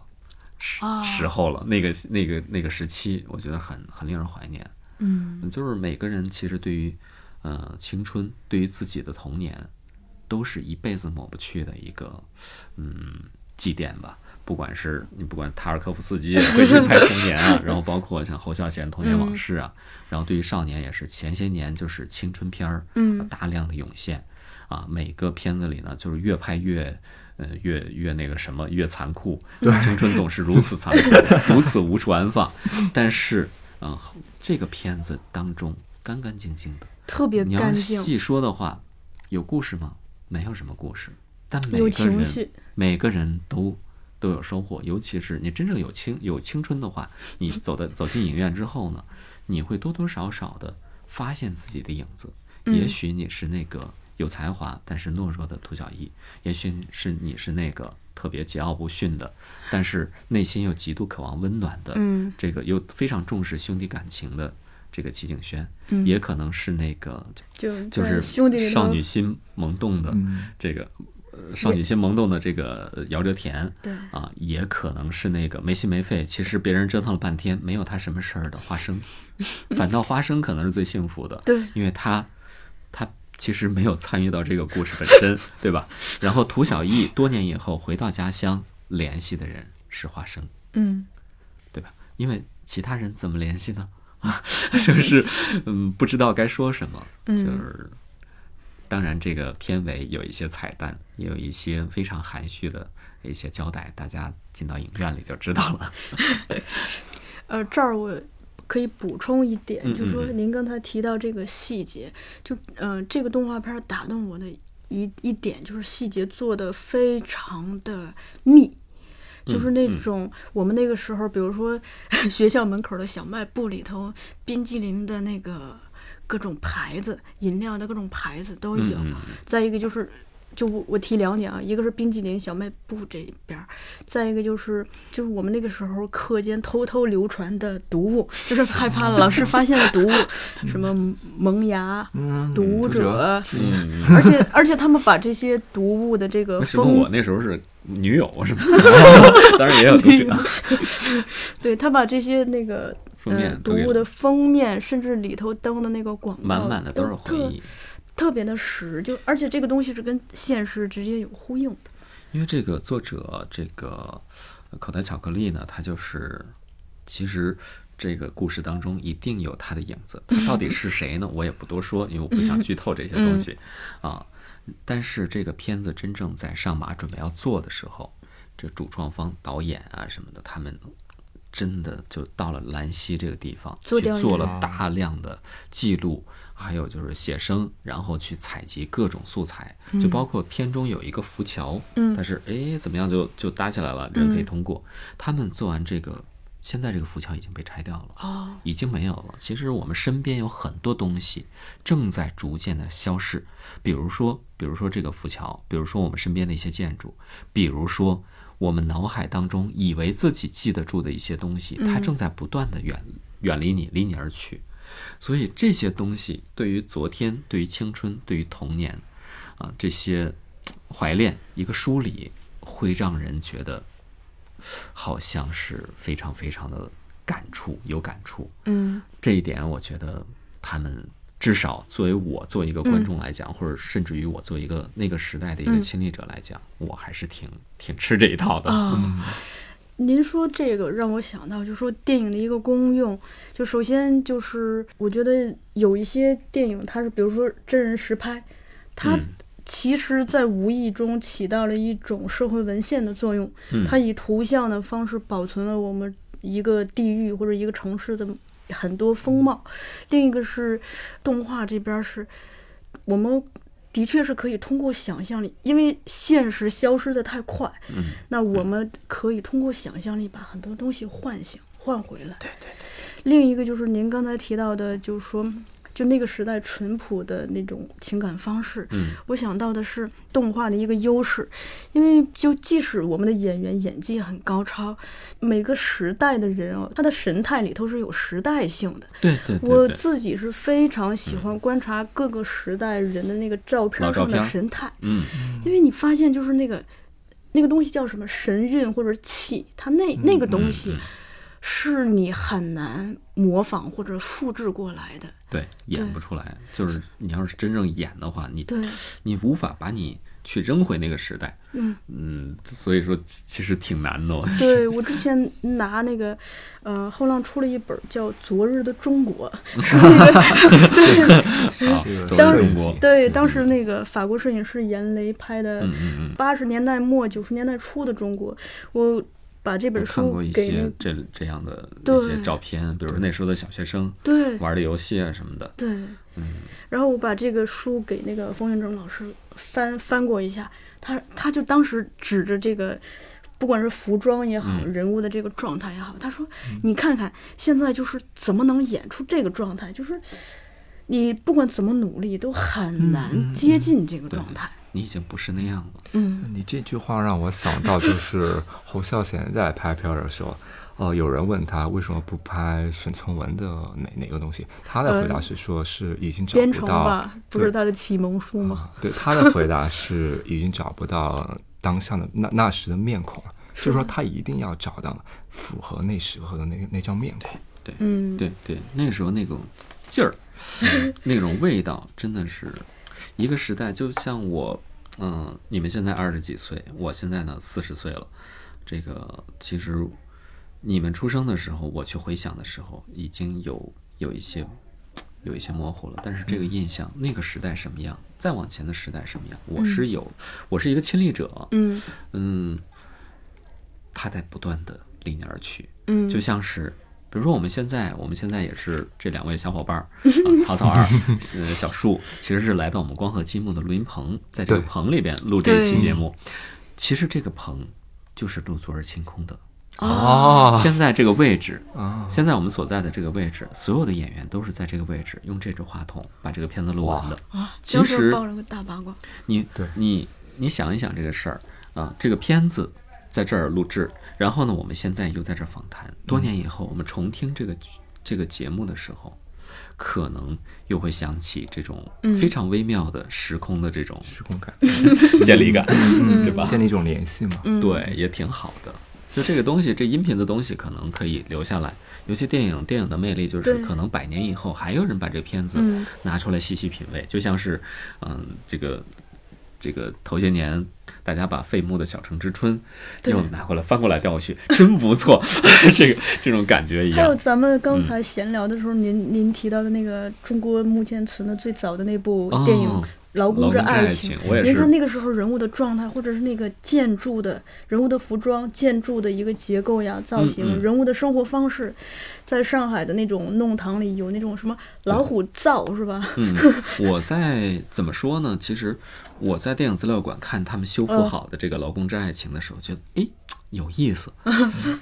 Speaker 7: 时、时候了。那个那个那个时期，我觉得很很令人怀念。嗯，就是每个人其实对于呃青春，对于自己的童年，都是一辈子抹不去的一个嗯祭奠吧。不管是你不管塔尔科夫斯基回去拍童年啊， 然后包括像侯孝贤童年往事啊，然后对于少年也是前些年就是青春片儿，嗯，大量的涌现啊，每个片子里呢就是越拍越。呃，越越那个什么，越残酷。青春总是如此残酷，如此无处安放。 但是，嗯、这个片子当中干干净净的，
Speaker 2: 特别
Speaker 7: 你要
Speaker 2: 干净，
Speaker 7: 细说的话，有故事吗？没有什么故事，但每
Speaker 2: 有
Speaker 7: 个
Speaker 2: 情
Speaker 7: 人
Speaker 2: 绪
Speaker 7: 每个人都都有收获，尤其是你真正有青有青春的话，你走 的走进影院之后呢，你会多多少少的发现自己的影子。
Speaker 2: 嗯
Speaker 7: 也许你是那个有才华但是懦弱的涂小艺，也许是你是那个特别桀骜不驯的，但是内心又极度渴望温暖的，
Speaker 2: 嗯
Speaker 7: 这个又非常重视兄弟感情的这个齐景轩，也可能是那个
Speaker 2: 就
Speaker 7: 就
Speaker 2: 在
Speaker 7: 是
Speaker 2: 嗯兄弟里
Speaker 7: 少
Speaker 2: 头
Speaker 7: 女心萌动的
Speaker 6: 嗯
Speaker 7: 这个、呃少女心萌动的这个呃姚哲田，
Speaker 2: 对
Speaker 7: 啊，也可能是那个没心没肺，其实别人折腾了半天没有他什么事儿的花 生，反倒花生可能是最幸福的，
Speaker 2: 对
Speaker 7: 因为他他其实没有参与到这个故事本身， 对吧？然后涂小艺多年以后回到家乡联系的人是花生，
Speaker 2: 嗯
Speaker 7: 对吧？因为其他人怎么联系呢？ 啊，就是嗯，不知道该说什么，
Speaker 2: 嗯
Speaker 7: 就是。当然，这个片尾有一些彩蛋，也有一些非常含蓄的一些交代，大家进到影院里就知道了。
Speaker 2: 呃，这儿我可以补充一点，
Speaker 7: 嗯
Speaker 2: 就是说
Speaker 7: 嗯
Speaker 2: 您刚才提到这个细节，就呃，这个动画片儿打动我的一一点就是细节做的非常的密。
Speaker 7: 嗯
Speaker 2: 就是那种、我们那个时候，比如说 学校门口的小卖部里头，冰激凌的那个各种牌子、饮料的各种牌子都有。
Speaker 7: 嗯嗯
Speaker 2: 再一个就是，就我我提两点啊，一个是冰激凌小卖部这边儿，再一个就是，就是我们那个时候课间偷偷流传的毒物， 就是害怕老师发现了 毒物，什么萌芽、嗯毒者，
Speaker 7: 嗯，
Speaker 2: 而且而且他们把这些毒物的这个
Speaker 7: 为什么
Speaker 2: 封
Speaker 7: 我那时候是女友 什么？当然也有读
Speaker 2: 嗯
Speaker 7: 者。
Speaker 2: 对他把这些那个
Speaker 7: 封
Speaker 2: 呃
Speaker 7: 面
Speaker 2: 读
Speaker 7: 都给
Speaker 2: 物的封面，甚至里头登的那个广告，
Speaker 7: 满满的都是回
Speaker 2: 特
Speaker 7: 忆，
Speaker 2: 特别的实，就而且这个东西是跟现实直接有呼应的。
Speaker 7: 因为这个作者这个呃口袋巧克力呢，它就是其实这个故事当中一定有他的影子，他到底是谁呢？我也不多说，因为我不想剧透这些东西啊。但是这个片子真正在上马准备要做的时候，这主创方、导演啊什么的，他们真的就到了兰溪这个地方
Speaker 2: 做
Speaker 7: 去
Speaker 2: 调研
Speaker 7: 做了大量的记录，还有就是写生，然后去采集各种素材，就包括片中有一个浮桥，它是哎怎么样就就搭起来了，人可以通过。他们做完这个，现在这个浮桥已经被拆掉了，已经没有了。其实我们身边有很多东西正在逐渐的消逝，比如说，比如说这个浮桥，比如说我们身边的一些建筑，比如说我们脑海当中以为自己记得住的一些东西，它正在不断的远远离你，离你而去。所以这些东西对于昨天、对于青春、对于童年，啊，这些嘖怀恋一个梳理，会让人觉得好像是非常非常的感触，有感触。
Speaker 2: 嗯，
Speaker 7: 这一点我觉得他们至少作为我作为一个观众来
Speaker 2: 嗯
Speaker 7: 讲，或者甚至于我作为一个那个时代的一个亲历者来讲，我还是挺挺吃这一套的。
Speaker 2: 啊您说这个让我想到，就说电影的一个功用，就首先就是我觉得有一些电影，它是比如说真人实拍，它
Speaker 7: 嗯
Speaker 2: 其实在无意中起到了一种社会文献的作用，它以图像的方式保存了我们一个地域或者一个城市的很多风貌。另一个是动画这边是，我们的确是可以通过想象力，因为现实消失的太快，
Speaker 7: 嗯
Speaker 2: 那我们可以通过想象力把很多东西幻想换回来。对对对。另一个就是您刚才提到的，就是说。就那个时代淳朴的那种情感方式。嗯，我想到的是动画的一个优势，因为就即使我们的演员演技很高超，每个时代的人哦，他的神态里头是有时代性的。
Speaker 7: 对对对
Speaker 2: 我
Speaker 7: 对嗯
Speaker 2: 自己是非常喜欢观察各个时代人的那个照片
Speaker 7: 老照
Speaker 2: 上的
Speaker 7: 片
Speaker 2: 神态，
Speaker 7: 嗯，
Speaker 2: 因为你发现就是那个那个东西叫什么神韵或者气，它那
Speaker 7: 嗯
Speaker 2: 那个东西是你很难模仿或者复制过来的。
Speaker 7: 对，演
Speaker 2: 对
Speaker 7: 不出来。就是你要是真正演的话，你
Speaker 2: 对
Speaker 7: 你无法把你去扔回那个时代。
Speaker 2: 嗯
Speaker 7: 嗯，所以说其其实挺 难的。我觉得
Speaker 2: 对我之前拿那个，呃，后浪出了一本叫《昨日的中国》，是那个
Speaker 7: 啊，走
Speaker 2: 当
Speaker 7: 入
Speaker 2: 时
Speaker 7: 中国。
Speaker 2: 对，当时那个法国摄影师严雷拍的
Speaker 7: 嗯嗯嗯，
Speaker 2: 八十年代末九十年代初的中国，我把这
Speaker 7: 我
Speaker 2: 本
Speaker 7: 看
Speaker 2: 书
Speaker 7: 过一
Speaker 2: 给那
Speaker 7: 些这这样的
Speaker 2: 对
Speaker 7: 一些照片，比如说那时候的小学生
Speaker 2: 对
Speaker 7: 玩的游戏啊什么的。
Speaker 2: 对，然后我把这个书给那个冯远征老师翻翻过一下，他他就当时指着这个，不管是服装也好，人物的这个状态也好，他说：“你看看现在就是怎么能演出这个状态，就是你不管怎么努力都很难接近这个状态。
Speaker 7: 你已经不是那样了，
Speaker 2: 嗯”
Speaker 6: 你这句话让我想到，就是侯孝贤在拍《飘》的时候，呃，有人问他为什么不拍沈从文的哪哪个东西，他的回答是说是已经找
Speaker 2: 编
Speaker 6: 不
Speaker 2: 程
Speaker 6: 到，
Speaker 2: 吧，不是他的启蒙书吗？
Speaker 6: 啊对他的回答是已经找不到当下的那那时的面孔了，就是说他一定要找到符合那时候的那那张面孔。
Speaker 2: 嗯，
Speaker 7: 对对，那时候那种劲儿， 那种味道，真的是一个时代。就像我，嗯，你们现在二十几岁，我现在呢四十岁了。这个其实你们出生的时候，我去回想的时候，已经有有一些有一些模糊了。但是这个印象，那个时代什么样，再往前的时代什么样，我是有，我是一个亲历者。
Speaker 2: 嗯
Speaker 7: 嗯，它在不断的离你而去。
Speaker 2: 嗯
Speaker 7: 就像是，比如说我们现在，我们现在也是这两位小伙 伴儿、啊，曹草二、呃小树，其实是来到我们光合积木的录音棚，在这个
Speaker 6: 对
Speaker 7: 棚里边录这一期
Speaker 2: 对
Speaker 7: 节目。其实这个棚就是录《昨日清空》的。
Speaker 6: 哦，
Speaker 7: 现在这个位置，
Speaker 6: 啊
Speaker 7: 现在我们所在的这个位置，所有的演员都是在这个位置用这支话筒把这个片子录完的。其
Speaker 2: 当时
Speaker 7: 实
Speaker 2: 爆了个大八卦。
Speaker 7: 你
Speaker 6: 对
Speaker 7: 你你想一想这个事儿啊，这个片子在这儿录制，然后呢，我们现在又在这儿访谈，多年以后我们重听这个剧这个节目的时候，可能又会想起这种非常微妙的时空的这种嗯
Speaker 6: 时空感，嗯
Speaker 7: 建立感， 对吧？
Speaker 6: 建立一种联系嘛。
Speaker 2: 嗯
Speaker 7: 对，也挺好的。就这个东西，这音频的东西可能可以留下来，尤其电影，电影的魅力就是
Speaker 2: 对嗯
Speaker 7: 可能百年以后还有人把这片子拿出来细细品味，就像是，嗯，这个这个头些年大家把费穆的《小城之春》
Speaker 2: 对
Speaker 7: 又拿过来翻过来调过去，真不错， 这个这种感觉一
Speaker 2: 还有
Speaker 7: 样。
Speaker 2: 咱们刚才闲聊的时候，您您提到的那个中国目前存的最早的那部电影
Speaker 7: 哦
Speaker 2: 《劳
Speaker 7: 劳
Speaker 2: 工之
Speaker 7: 工之
Speaker 2: 爱
Speaker 7: 爱
Speaker 2: 情》
Speaker 7: 情我也
Speaker 2: 您
Speaker 7: 是
Speaker 2: 看那个时候人物的状态，或者是那个建筑的人物的服装、建筑的一个结构呀、造型、
Speaker 7: 嗯
Speaker 2: 人物的生活方式，在上海的那种弄堂里有那种什么老虎灶是吧？
Speaker 7: 嗯，我在怎么说呢？其实我在电影资料馆看他们修
Speaker 2: 嗯
Speaker 7: 复好的这个《劳工之爱情》的时候，觉得诶有 意思，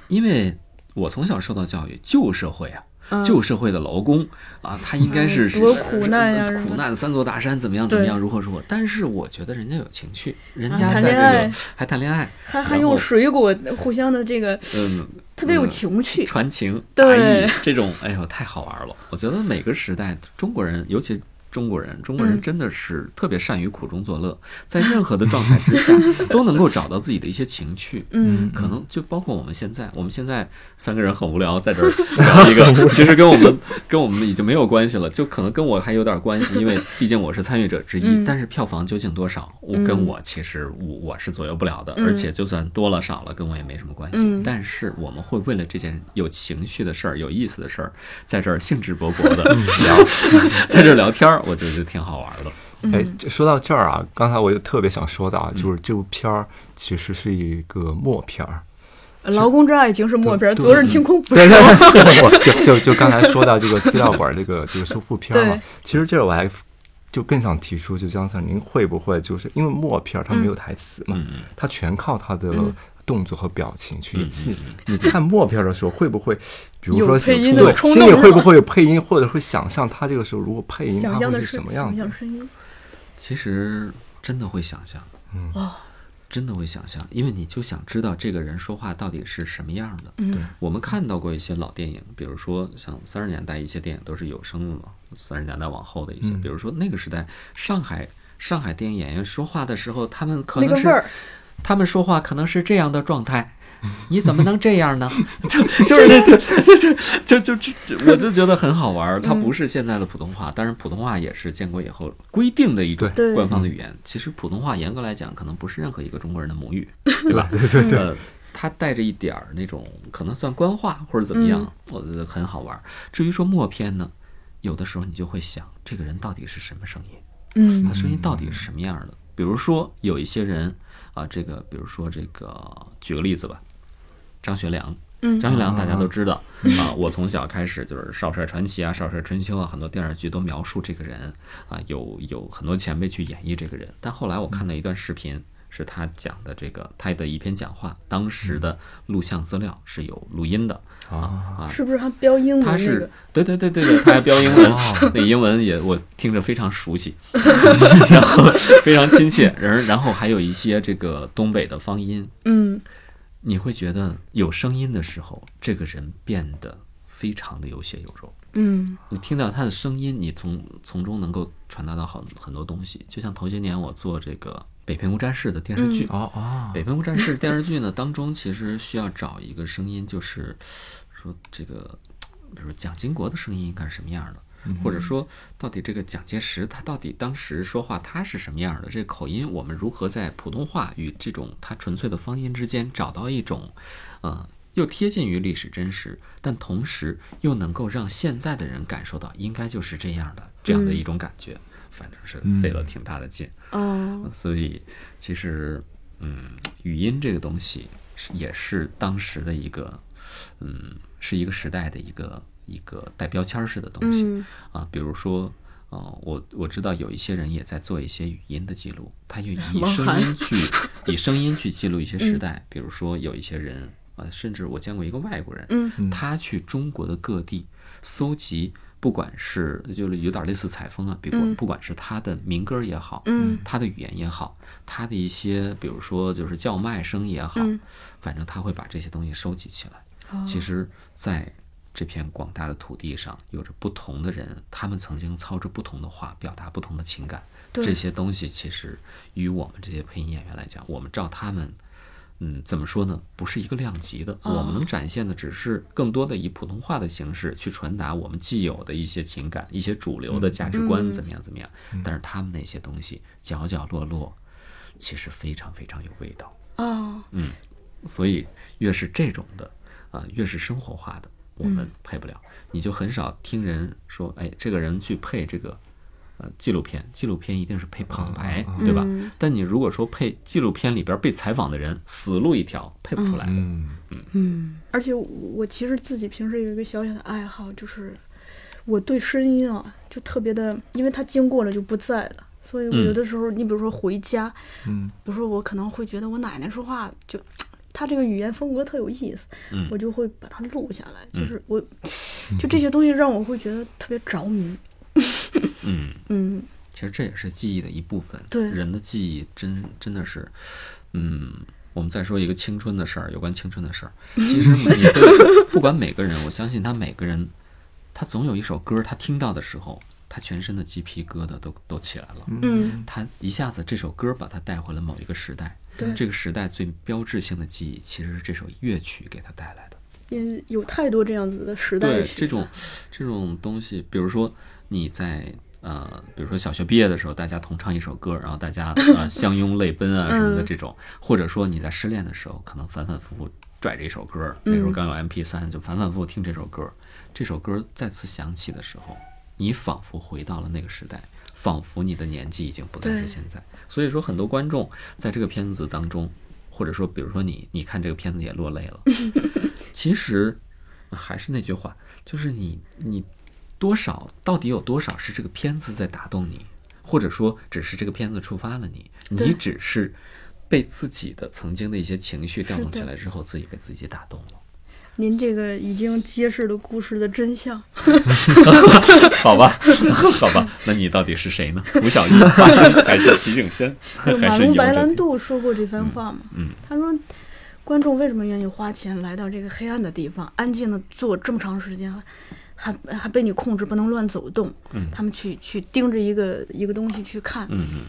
Speaker 7: 因为我从小受到教育，旧社会啊。旧社会的劳工啊，他应该是
Speaker 2: 嗯
Speaker 7: 是
Speaker 2: 多苦难呀
Speaker 7: 是
Speaker 2: 什么
Speaker 7: 苦
Speaker 2: 的
Speaker 7: 难三座大山，怎么样怎么样，如何如何。但是我觉得人家有情趣，人家在
Speaker 2: 啊谈
Speaker 7: 这
Speaker 2: 恋爱
Speaker 7: 个还谈恋爱，
Speaker 2: 还还
Speaker 7: 然后
Speaker 2: 用水果互相的这个
Speaker 7: 嗯，
Speaker 2: 特别有
Speaker 7: 嗯
Speaker 2: 情趣。
Speaker 7: 传情、
Speaker 2: 对
Speaker 7: 达意这种，哎呦，太好玩了！我觉得每个时代中国人，尤其中国人，中国人
Speaker 2: 嗯
Speaker 7: 真的是特别善于苦中作乐，在任何的状态之 下都能够找到自己的一些情趣。
Speaker 2: 嗯，
Speaker 7: 可能就包括我们现在，我们现在三个人很无聊，在这儿聊一个，其实跟我们跟我们已经没有关系了，就可能跟我还有点关系，因为毕竟我是参与者之一。 但是票房究竟多少，我跟我其实我我是左右不了的，而且就算多了少了，跟我也没什么关系。但是我们会为了这件有情绪的事儿、有意思的事儿，在这儿兴致勃勃的聊，在这儿聊天儿，我觉得挺好玩的。
Speaker 8: 嗯
Speaker 6: 哎，这说到这儿啊，刚才我就特别想说的啊，就是这部片儿其实是一个默片儿，
Speaker 2: 《劳工之爱情》是默片，《
Speaker 6: 对
Speaker 2: 昨日清空》不
Speaker 6: 对
Speaker 2: 是。
Speaker 6: 对对，我 就就就刚才说到这个资料馆儿这个这个修复片儿嘛
Speaker 2: 对，
Speaker 6: 其实这儿我还就更想提
Speaker 8: 嗯
Speaker 6: 嗯
Speaker 7: 嗯
Speaker 6: 出，就江 Sir，您会不会就是因为默片儿它没有台词嘛，它全靠它的动作和表情去演戏。你看默片的时候，会不会，比如说
Speaker 8: 嗯有配音的
Speaker 6: 对
Speaker 8: 冲
Speaker 6: 心
Speaker 8: 动
Speaker 6: 里
Speaker 8: 是
Speaker 6: 会
Speaker 8: 吧
Speaker 6: 不会有配音，或者会想象他这个时候如果配音，他
Speaker 8: 想象
Speaker 6: 会
Speaker 8: 的
Speaker 6: 是
Speaker 8: 是
Speaker 6: 什么样子
Speaker 8: 想？象声音，
Speaker 7: 其实真的会想象，
Speaker 8: 哦
Speaker 7: 嗯，真的会想象，因为你就想知道这个人说话到底是什么样的。嗯，我们看到过一些老电影，比如说像三十年代一些电影都是有声的嘛，三十年代往后的一些，比如说那个时代上海上海电影演员说话的时候，他们可
Speaker 8: 那
Speaker 7: 能
Speaker 8: 个
Speaker 7: 是
Speaker 8: 味儿，
Speaker 7: 他们说话可能是这样的状态。你怎么能这样呢？就 就是这就就就就就，我就觉得很好玩儿。
Speaker 8: 嗯
Speaker 7: 它不是现在的普通话，当然普通话也是建国以后规定的一种
Speaker 8: 对
Speaker 7: 官方的语言。其实普通话严格来讲，可能不是任何一个中国人的母语，
Speaker 6: 对吧？对对对，
Speaker 7: 呃，它带着一点儿那种可能算官话或者怎么样，我觉得很好玩儿。至于说默片呢，有的时候你就会想，这个人到底是什么声音？
Speaker 8: 嗯
Speaker 7: 他声音到底是什么样的？比如说有一些人啊，这个比如说这个，举个例子吧，张学良。
Speaker 8: 嗯
Speaker 7: 张学良大家都知道啊，我从小开始就是《少帅传奇》啊，《少帅春秋》啊，很多电视剧都描述这个人啊，有有很多前辈去演绎这个人。但后来我看到一段视频，是他讲的这个他的一篇讲话，当时的录像资料是有录音的啊啊，
Speaker 8: 是不是他标英文嗯
Speaker 7: 他
Speaker 8: 那
Speaker 7: 是
Speaker 8: 个？
Speaker 7: 对对对对对，他还标英 文，那英文也我听着非常熟悉， 然后非常亲切，然然后还有一些这个东北的方音，
Speaker 8: 嗯，
Speaker 7: 你会觉得有声音的时候，这个人变得非常的有血有肉。
Speaker 8: 嗯，
Speaker 7: 你听到他的声音，你从从中能够传达到很很多东西。就像头些年我做这个《北平无战事》的电视剧，
Speaker 6: 哦哦，
Speaker 7: 北平无战事》电视剧呢当中，其实需要找一个声音，就是说这个，比如说蒋经国的声音应该是什么样的，或者说到底这个蒋介石他到底当时说话他是什么样的，这个口音我们如何在普通话与这种他纯粹的方言之间找到一种，呃。又贴近于历史真实，但同时又能够让现在的人感受到应该就是这样的这样的一种感觉，反正是费了挺大的劲。
Speaker 8: 哦，
Speaker 7: 所以其实，嗯，语音这个东西是也是当时的一个，嗯，是一个时代的一个一个带标签儿式的东西、
Speaker 8: 嗯
Speaker 7: 啊。比如说，呃，我我知道有一些人也在做一些语音的记录，他就 以
Speaker 8: 王
Speaker 7: 声
Speaker 8: 涵嗯
Speaker 7: 音去以声音去记录一些时代，比如说有一些人。啊，甚至我见过一个外国人，
Speaker 8: 嗯
Speaker 7: 他去中国的各地搜集，不管是就是有点类似采风啊，比如
Speaker 8: 嗯
Speaker 7: 不管是他的民歌也好，
Speaker 8: 嗯
Speaker 7: 他的语言也好，他的一些比如说就是叫卖声也好，
Speaker 8: 嗯
Speaker 7: 反正他会把这些东西收集起来。其实，在这片广大的土地上，有着不同的人，他们曾经操着不同的话，表达不同的情感。
Speaker 8: 对
Speaker 7: 这些东西其实与我们这些配音演员来讲，我们照他们。嗯，怎么说呢？不是一个量级的，我们能展现的只是更多的以普通话的形式去传达我们既有的一些情感、一些主流的价值观，怎么样怎么样。但是他们那些东西角角落落，其实非常非常有味道。嗯
Speaker 8: 哦，
Speaker 7: 所以越是这种的，啊、越是生活化的，我们配不了。你就很少听人说，哎，这个人去配这个，呃，纪录片，纪录片一定是配旁白，
Speaker 2: 嗯
Speaker 7: 对吧？
Speaker 8: 嗯
Speaker 7: 但你如果说配纪录片里边被采访的人，死路一条，配不出来的。
Speaker 6: 嗯，
Speaker 8: 而且我我其实自己平时有一个小小的爱好，就是我对声音啊就特别的，因为它经过了就不在了，所以我
Speaker 7: 嗯
Speaker 8: 有的时候，你比如说回家，
Speaker 6: 嗯，
Speaker 8: 比如说我可能会觉得我奶奶说话就。她这个语言风格特有意思，
Speaker 7: 嗯
Speaker 8: 我就会把它录下来。就是我，就这些东西让我会觉得特别着迷。
Speaker 7: 嗯
Speaker 8: 嗯，
Speaker 7: 其实这也是记忆的一部分。
Speaker 8: 对
Speaker 7: 人的记忆真真的是，嗯，我们再说一个青春的事儿，有关青春的 事儿。其实你对不管每个人，我相信他每个人，他总有一首歌，他听到的时候，他全身的鸡皮疙瘩都都起来了。
Speaker 8: 嗯，
Speaker 7: 他一下子这首歌把他带回了某一个时代。
Speaker 8: 对
Speaker 7: 这个时代最标志性的记忆，其实是这首乐曲给他带来的。
Speaker 8: 因为有太多这样子的时代
Speaker 7: 对
Speaker 8: 曲
Speaker 7: 这种这种东西，比如说你在呃，比如说小学毕业的时候，大家同唱一首歌，然后大家呃相拥泪奔啊什
Speaker 8: 嗯
Speaker 7: 么的这种，或者说你在失恋的时候，可能反反复复拽着一首歌，那
Speaker 8: 嗯
Speaker 7: 时候刚有 M P 三，就反反复复听这首歌，这首歌再次响起的时候，你仿佛回到了那个时代。仿佛你的年纪已经不再
Speaker 8: 对
Speaker 7: 是现在，所以说很多观众在这个片子当中，或者说比如说你，你看这个片子也落泪了， 其实还是那句话，就是你你多少到底有多少是这个片子在打动你，或者说只是这个片子触发了你，你只是被自己的曾经的一些情绪调动起
Speaker 2: 是的
Speaker 7: 来之后，自己被自己打动了。
Speaker 2: 您这个已经揭示了故事的真 相。
Speaker 7: 好吧， 好吧，那你到底是谁呢？吴小莉还是还是齐景轩，
Speaker 2: 就
Speaker 7: 还
Speaker 2: 马
Speaker 7: 是
Speaker 2: 龙
Speaker 7: 姚
Speaker 2: 白兰
Speaker 7: 振？
Speaker 2: 度说过这番话嘛，
Speaker 7: 嗯嗯
Speaker 2: 他说，观众为什么愿意花钱来到这个黑暗的地方，安静的坐这么长时间，还还被你控制不能乱走动，
Speaker 7: 嗯
Speaker 2: 他们去去盯着一个一个东西去看，
Speaker 7: 嗯嗯，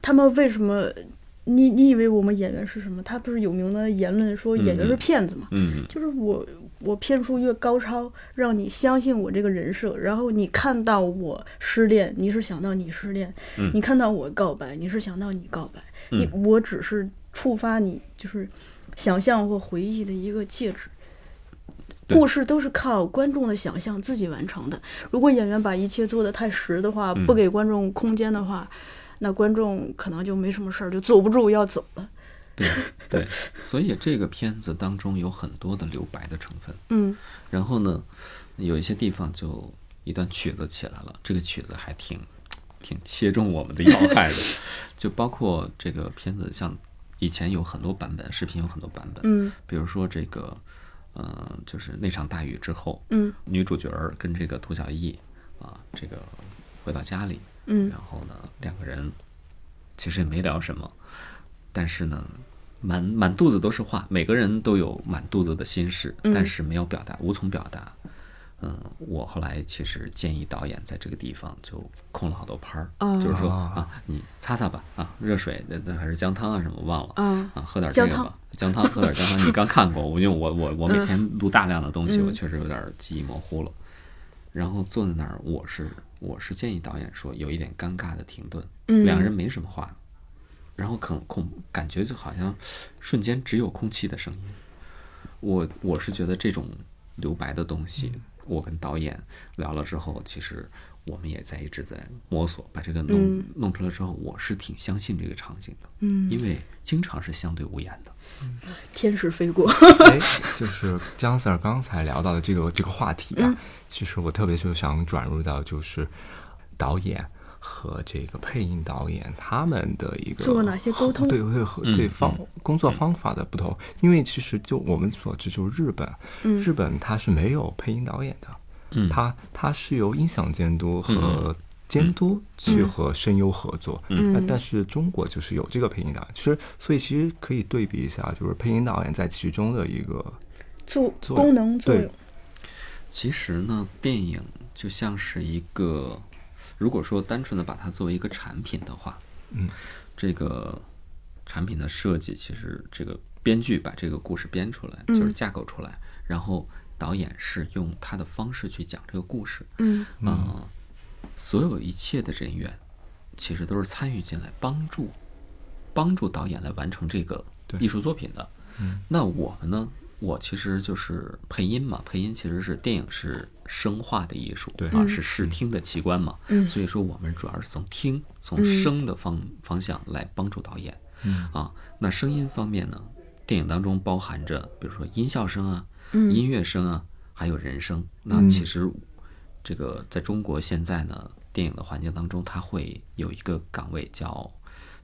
Speaker 2: 他们为什么？你你以为我们演员是什么？他不是有名的言论说演员是
Speaker 7: 嗯
Speaker 2: 骗子嘛？
Speaker 7: 嗯
Speaker 2: 就是我我骗术越高超，让你相信我这个人设，然后你看到我失恋，你是想到你失恋；
Speaker 7: 嗯
Speaker 2: 你看到我告白，你是想到你告白。
Speaker 7: 嗯
Speaker 2: 你我只是触发你就是想象或回忆的一个介质。
Speaker 7: 对
Speaker 2: 故事都是靠观众的想象自己完成的。如果演员把一切做得太实的话，
Speaker 7: 嗯
Speaker 2: 不给观众空间的话，那观众可能就没什么事儿，就坐不住要走了。
Speaker 7: 对对，所以这个片子当中有很多的留白的成分。
Speaker 2: 嗯，
Speaker 7: 然后呢，有一些地方就一段曲子起来了，这个曲子还挺挺切中我们的要害的， 就包括这个片子，像以前有很多版本，视频有很多版本，
Speaker 2: 嗯，
Speaker 7: 比如说这个，呃，就是那场大雨之后，
Speaker 2: 嗯，
Speaker 7: 女主角儿跟这个涂小艺啊，这个回到家里，
Speaker 2: 嗯
Speaker 7: 然后呢，两个人其实也没聊什么，但是呢，满满肚子都是话，每个人都有满肚子的心事，
Speaker 2: 嗯
Speaker 7: 但是没有表达，无从表达。嗯，我后来其实建议导演在这个地方就空了好多拍儿，
Speaker 2: 哦
Speaker 7: 就是说啊，你擦擦吧，啊，热水这这还是姜汤啊什么忘了，
Speaker 2: 嗯
Speaker 7: 啊，喝点这个
Speaker 2: 姜
Speaker 7: 吧
Speaker 2: 汤，
Speaker 7: 姜汤喝点姜汤。你刚看过，我因为我我我每天录大量的东西，我确实有点记忆模糊了。然后坐在那儿，我是我是建议导演说有一点尴尬的停顿，两人没什么话，然后可恐感觉就好像瞬间只有空气的声音。我我是觉得这种留白的东西，我跟导演聊了之后，其实我们也在一直在摸索，把这个弄、弄出来之后，我是挺相信这个场景的，嗯，因为经常是相对无言的，
Speaker 2: 天使飞过。
Speaker 6: 哎，就是江 Sir 刚才聊到的这个这个话题
Speaker 2: 嗯
Speaker 6: 啊，其实我特别就想转入到就是导演和这个配音导演他们的一个
Speaker 2: 做哪些沟通
Speaker 6: 对对和
Speaker 7: 嗯
Speaker 6: 对方工作方法的不同，因为其实就我们所知，就日本，日本它是没有配音导演的，
Speaker 7: 嗯
Speaker 6: 它它是由音响监督和
Speaker 7: 嗯
Speaker 6: 监督去和声优合作，嗯，但是中国就是有这个配音导演，其实所以其实可以对比一下，就是配音导演在其中的一个
Speaker 2: 作
Speaker 6: 作
Speaker 2: 功
Speaker 6: 用
Speaker 2: 能作
Speaker 6: 对
Speaker 2: 用，
Speaker 7: 其实呢，电影就像是一个，如果说单纯的把它作为一个产品的话，
Speaker 6: 嗯，
Speaker 7: 这个产品的设计，其实这个编剧把这个故事编出来，就是架构出来，然后导演是用他的方式去讲这个故事，
Speaker 2: 嗯
Speaker 7: 啊、所有一切的人员其实都是参与进来，帮助帮助导演来完成这个
Speaker 6: 对嗯
Speaker 7: 艺术作品的。那我们呢？我其实就是配音嘛，配音其实是电影是声化的艺术，
Speaker 6: 对
Speaker 7: 啊，是视听的奇观嘛，所以说我们主要是从听从声的方、方向来帮助导演，
Speaker 6: 嗯
Speaker 7: 啊，那声音方面呢，电影当中包含着比如说音效声啊、音乐声啊，还有人声。
Speaker 6: 嗯
Speaker 7: 那其实这个在中国现在呢，电影的环境当中，它会有一个岗位叫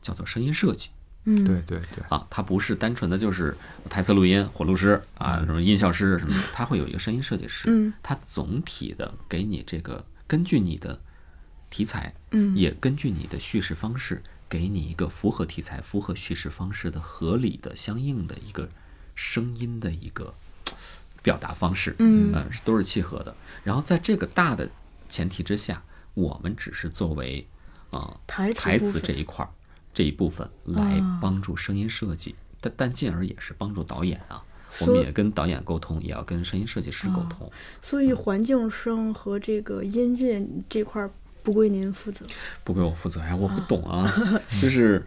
Speaker 7: 叫做声音设计
Speaker 2: 嗯
Speaker 6: 对对对，
Speaker 7: 啊，它不是单纯的就是台词录音、火录师啊，什么音效师什么的，它会有一个声音设计师，它总体的给你这个根据你的题材，嗯，也根据你的叙事方式，给你一个符合题材、符合叙事方式的合理的相应的一个声音的一个表达方式，嗯，呃，是都是契合的。然后在这个大的前提之下，我们只是作为啊、
Speaker 2: 台
Speaker 7: 呃、
Speaker 2: 词
Speaker 7: 台
Speaker 2: 部
Speaker 7: 词
Speaker 2: 分
Speaker 7: 这一块儿这一部分来帮助声音设计，但但进而也是帮助导演啊。我们
Speaker 2: 所以
Speaker 7: 也跟导演沟通，也要跟声音设计师沟通。
Speaker 2: 所
Speaker 7: 嗯
Speaker 2: 以环境声和这个音乐这块儿不归您负责。
Speaker 7: 不归我负责呀，我不懂啊，就是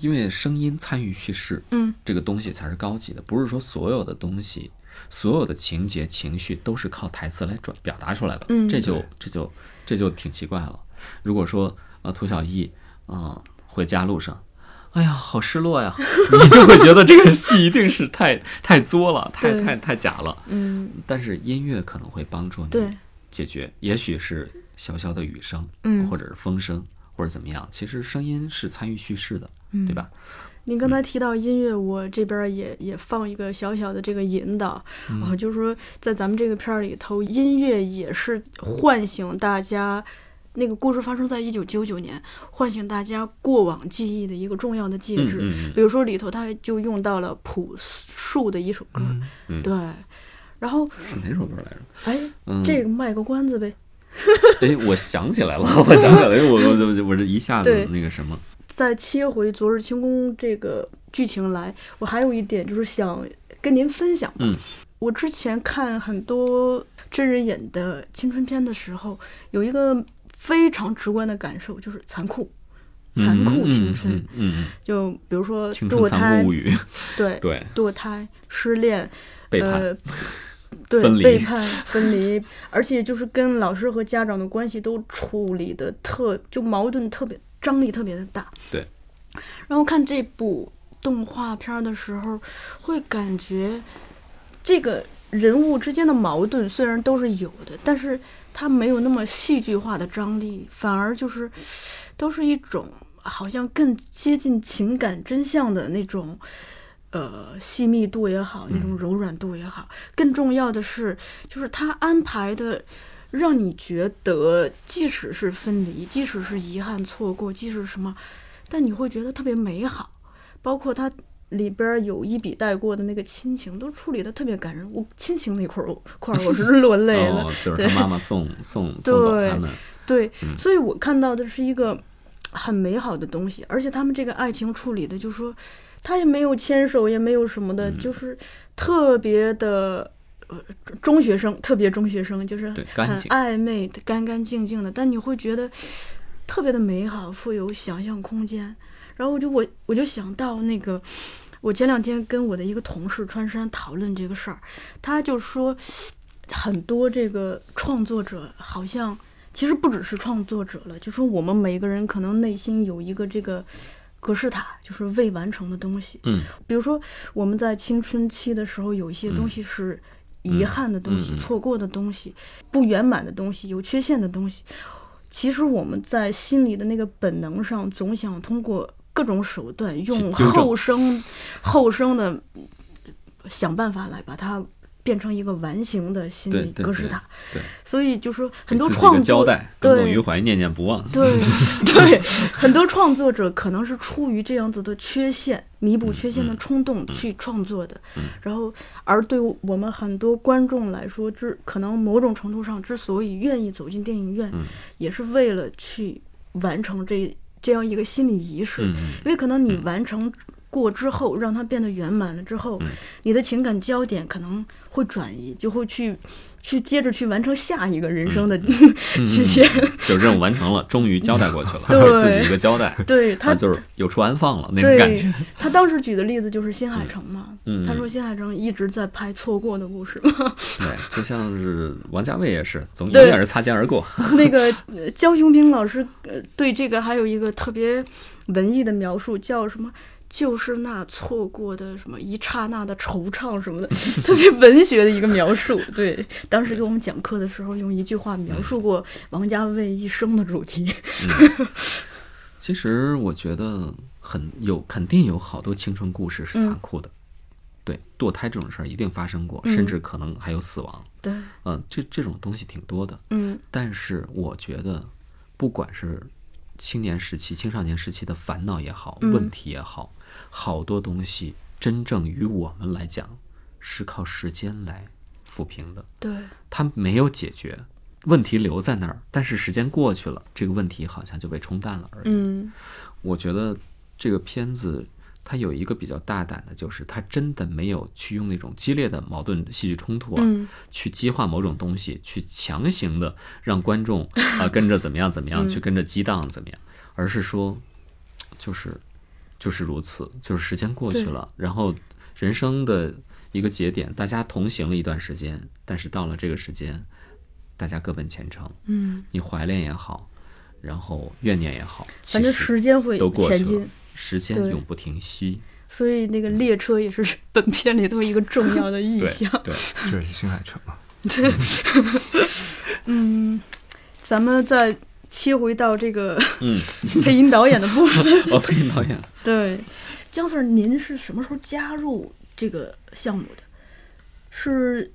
Speaker 7: 因为声音参与叙事，
Speaker 2: 嗯，
Speaker 7: 这个东西才是高级的，不是说所有的东西、所有的情节、情绪都是靠台词来转表达出来的，嗯，这就这就这就挺奇怪了。如果说呃，涂小艺，嗯、回家路上。哎呀，好失落呀！ 你就会觉得这个戏一定是太太作了，太
Speaker 2: 对
Speaker 7: 太太假了。
Speaker 2: 嗯
Speaker 7: 但是音乐可能会帮助
Speaker 2: 对
Speaker 7: 你解决，也许是小小的雨声，
Speaker 2: 嗯嗯
Speaker 7: 或者是风声，或者怎么样。其实声音是参与叙事的，对吧？
Speaker 2: 您刚才提到音乐，我这边儿也也放一个小小的这个引导，
Speaker 7: 嗯
Speaker 2: 啊，就是说在咱们这个片儿里头，音乐也是唤醒大家。那个故事发生在一九九九年，唤醒大家过往记忆的一个重要的介质。
Speaker 7: 嗯嗯
Speaker 2: 比如说里头，它就用到了朴树的一首歌，
Speaker 7: 嗯
Speaker 2: 对。然后，
Speaker 7: 是哪首歌来着？
Speaker 2: 哎，
Speaker 7: 嗯，
Speaker 2: 这个卖个关子呗，
Speaker 7: 哎，我想起来了， 我想起来了，我我我我这一下子
Speaker 2: 对
Speaker 7: 那个什么，
Speaker 2: 再切回《昨日清宫》这个剧情来，我还有一点就是想跟您分享吧。
Speaker 7: 嗯
Speaker 2: 我之前看很多真人演的青春片的时候，有一个非常直观的感受，就是残酷，残酷青春。
Speaker 7: 嗯嗯嗯，嗯
Speaker 2: 就比如说
Speaker 7: 青
Speaker 2: 堕
Speaker 7: 春残
Speaker 2: 胎
Speaker 7: 酷物， 语，
Speaker 2: 对
Speaker 7: 对，
Speaker 2: 堕胎、失恋、
Speaker 7: 背叛，
Speaker 2: 呃，对
Speaker 7: 分离
Speaker 2: 背叛、分离，而且就是跟老师和家长的关系都处理的特就矛盾特别张力特别的大。
Speaker 7: 对。
Speaker 2: 然后看这部动画片儿的时候，会感觉这个人物之间的矛盾虽然都是有的，但是它没有那么戏剧化的张力，反而就是都是一种好像更接近情感真相的那种。呃，细密度也好，那种柔软度也好，更重要的是，就是他安排的，让你觉得即使是分离，即使是遗憾错过，即使什么，但你会觉得特别美好。包括它里边儿有一笔带过的那个亲情，都处理的特别感人。我亲情那块儿，我块儿我是 落泪了。
Speaker 7: 哦，就是
Speaker 2: 对
Speaker 7: 他妈妈送送送走
Speaker 2: 对
Speaker 7: 他们，
Speaker 2: 对，
Speaker 7: 嗯
Speaker 2: 所以我看到的是一个很美好的东西，而且他们这个爱情处理的，就说他也没有牵手，也没有什么的，
Speaker 7: 嗯
Speaker 2: 就是特别的。呃，中中学生特别中学生，就是
Speaker 7: 对
Speaker 2: 很
Speaker 7: 干净
Speaker 2: 暧昧、干干净净的，但你会觉得特别的美好，富有想象空间。然后我就我我就想到那个，我前两天跟我的一个同事穿山讨论这个事儿，他就说很多这个创作者好像其实不只是创作者了，就说我们每个人可能内心有一个这个格式塔，就是未完成的东西。
Speaker 7: 嗯，
Speaker 2: 比如说我们在青春期的时候，有一些东西是遗憾的东西、
Speaker 7: 嗯嗯
Speaker 2: 错过的东西、不圆满的东西、有缺陷的东西。其实我们在心里的那个本能上，总想通过各种手段，用
Speaker 7: 纠正
Speaker 2: 后生后生的想办法来把它变成一个完形的心
Speaker 7: 对
Speaker 2: 理
Speaker 7: 对
Speaker 2: 格式
Speaker 7: 对
Speaker 2: 塔。
Speaker 7: 对
Speaker 2: 所以就说很
Speaker 7: 给
Speaker 2: 多
Speaker 7: 自己
Speaker 2: 创
Speaker 7: 个
Speaker 2: 作
Speaker 7: 交代，耿耿
Speaker 2: 对
Speaker 7: 于怀，念念不忘。
Speaker 2: 对 对，很多创作者可能是出于这样子的缺陷，弥补缺
Speaker 7: 嗯
Speaker 2: 陷的冲动去创作的。然后，而对我们很多观众来说，之可能某种程度上之所以愿意走进电影
Speaker 7: 嗯
Speaker 2: 院，也是为了去完成这这样一个心理仪式，
Speaker 7: 嗯嗯
Speaker 2: 因为可能你完成。过之后，让它变得圆满了之后，
Speaker 7: 嗯
Speaker 2: 你的情感焦点可能会转移，就会去去接着去完成下一个人生
Speaker 7: 嗯
Speaker 2: 的 曲线。
Speaker 7: 就任务完成了，终于交代过去了，
Speaker 2: 对
Speaker 7: 给自己一个交代，
Speaker 2: 对他
Speaker 7: 啊就是有处安放了那种
Speaker 2: 对
Speaker 7: 感觉。
Speaker 2: 他当时举的例子就是新海诚嘛，
Speaker 7: 嗯嗯
Speaker 2: 他说新海诚一直在拍错过的故事嘛，
Speaker 7: 对，就像是王家卫也是，总
Speaker 2: 对
Speaker 7: 永远是擦肩而过。
Speaker 2: 那个呃焦雄平老师呃对这个还有一个特别文艺的描述，叫什么？就是那错过的什么一刹那的惆怅什么 的，特别文学的一个描述。对，当时给我们讲课的时候，用一句话描述过王家卫一生的主题。
Speaker 7: 其实我觉得很有，肯定有好多青春故事是
Speaker 2: 嗯
Speaker 7: 残酷的。对，堕胎这种事儿一定发生过，甚至可能还有死亡。
Speaker 2: 对，
Speaker 7: 嗯，这这种东西挺多的。
Speaker 2: 嗯
Speaker 7: 但是我觉得，不管是青年时期、青少年时期的烦恼也好，
Speaker 2: 嗯
Speaker 7: 问题也好，好多东西真正于我们来讲是靠时间来抚平的。
Speaker 2: 对，
Speaker 7: 它没有解决，问题留在那儿，但是时间过去了，这个问题好像就被冲淡了而已。
Speaker 2: 嗯
Speaker 7: 我觉得这个片子它有一个比较大胆的，就是它真的没有去用那种激烈的矛盾、戏剧冲突啊，
Speaker 2: 嗯
Speaker 7: 去激化某种东西，去强行的让观众 啊、跟着怎么样怎么
Speaker 2: 嗯
Speaker 7: 样，去跟着激荡怎么样，而是说，就是就是如此，就是时间过去
Speaker 2: 对
Speaker 7: 了，然后人生的一个节点，大家同行了一段时间，但是到了这个时间，大家各奔前程，
Speaker 2: 嗯，
Speaker 7: 你怀恋也好。然后怨念也好，
Speaker 2: 反正
Speaker 7: 其实
Speaker 2: 时间会
Speaker 7: 都过
Speaker 2: 前
Speaker 7: 去
Speaker 2: 进
Speaker 7: 了。，时间
Speaker 2: 对
Speaker 7: 永不停息。
Speaker 2: 所以那个列车也是本片里头一个重要的 意
Speaker 7: 对
Speaker 2: 象。
Speaker 7: 对，
Speaker 6: 这是新海诚嘛？
Speaker 2: 嗯，咱们再切回到这个
Speaker 7: 嗯，
Speaker 2: 配音导演的部分。
Speaker 7: 哦，配音导演，
Speaker 2: 对，
Speaker 8: 姜 Sir，您是什么时候加入这个项目的？是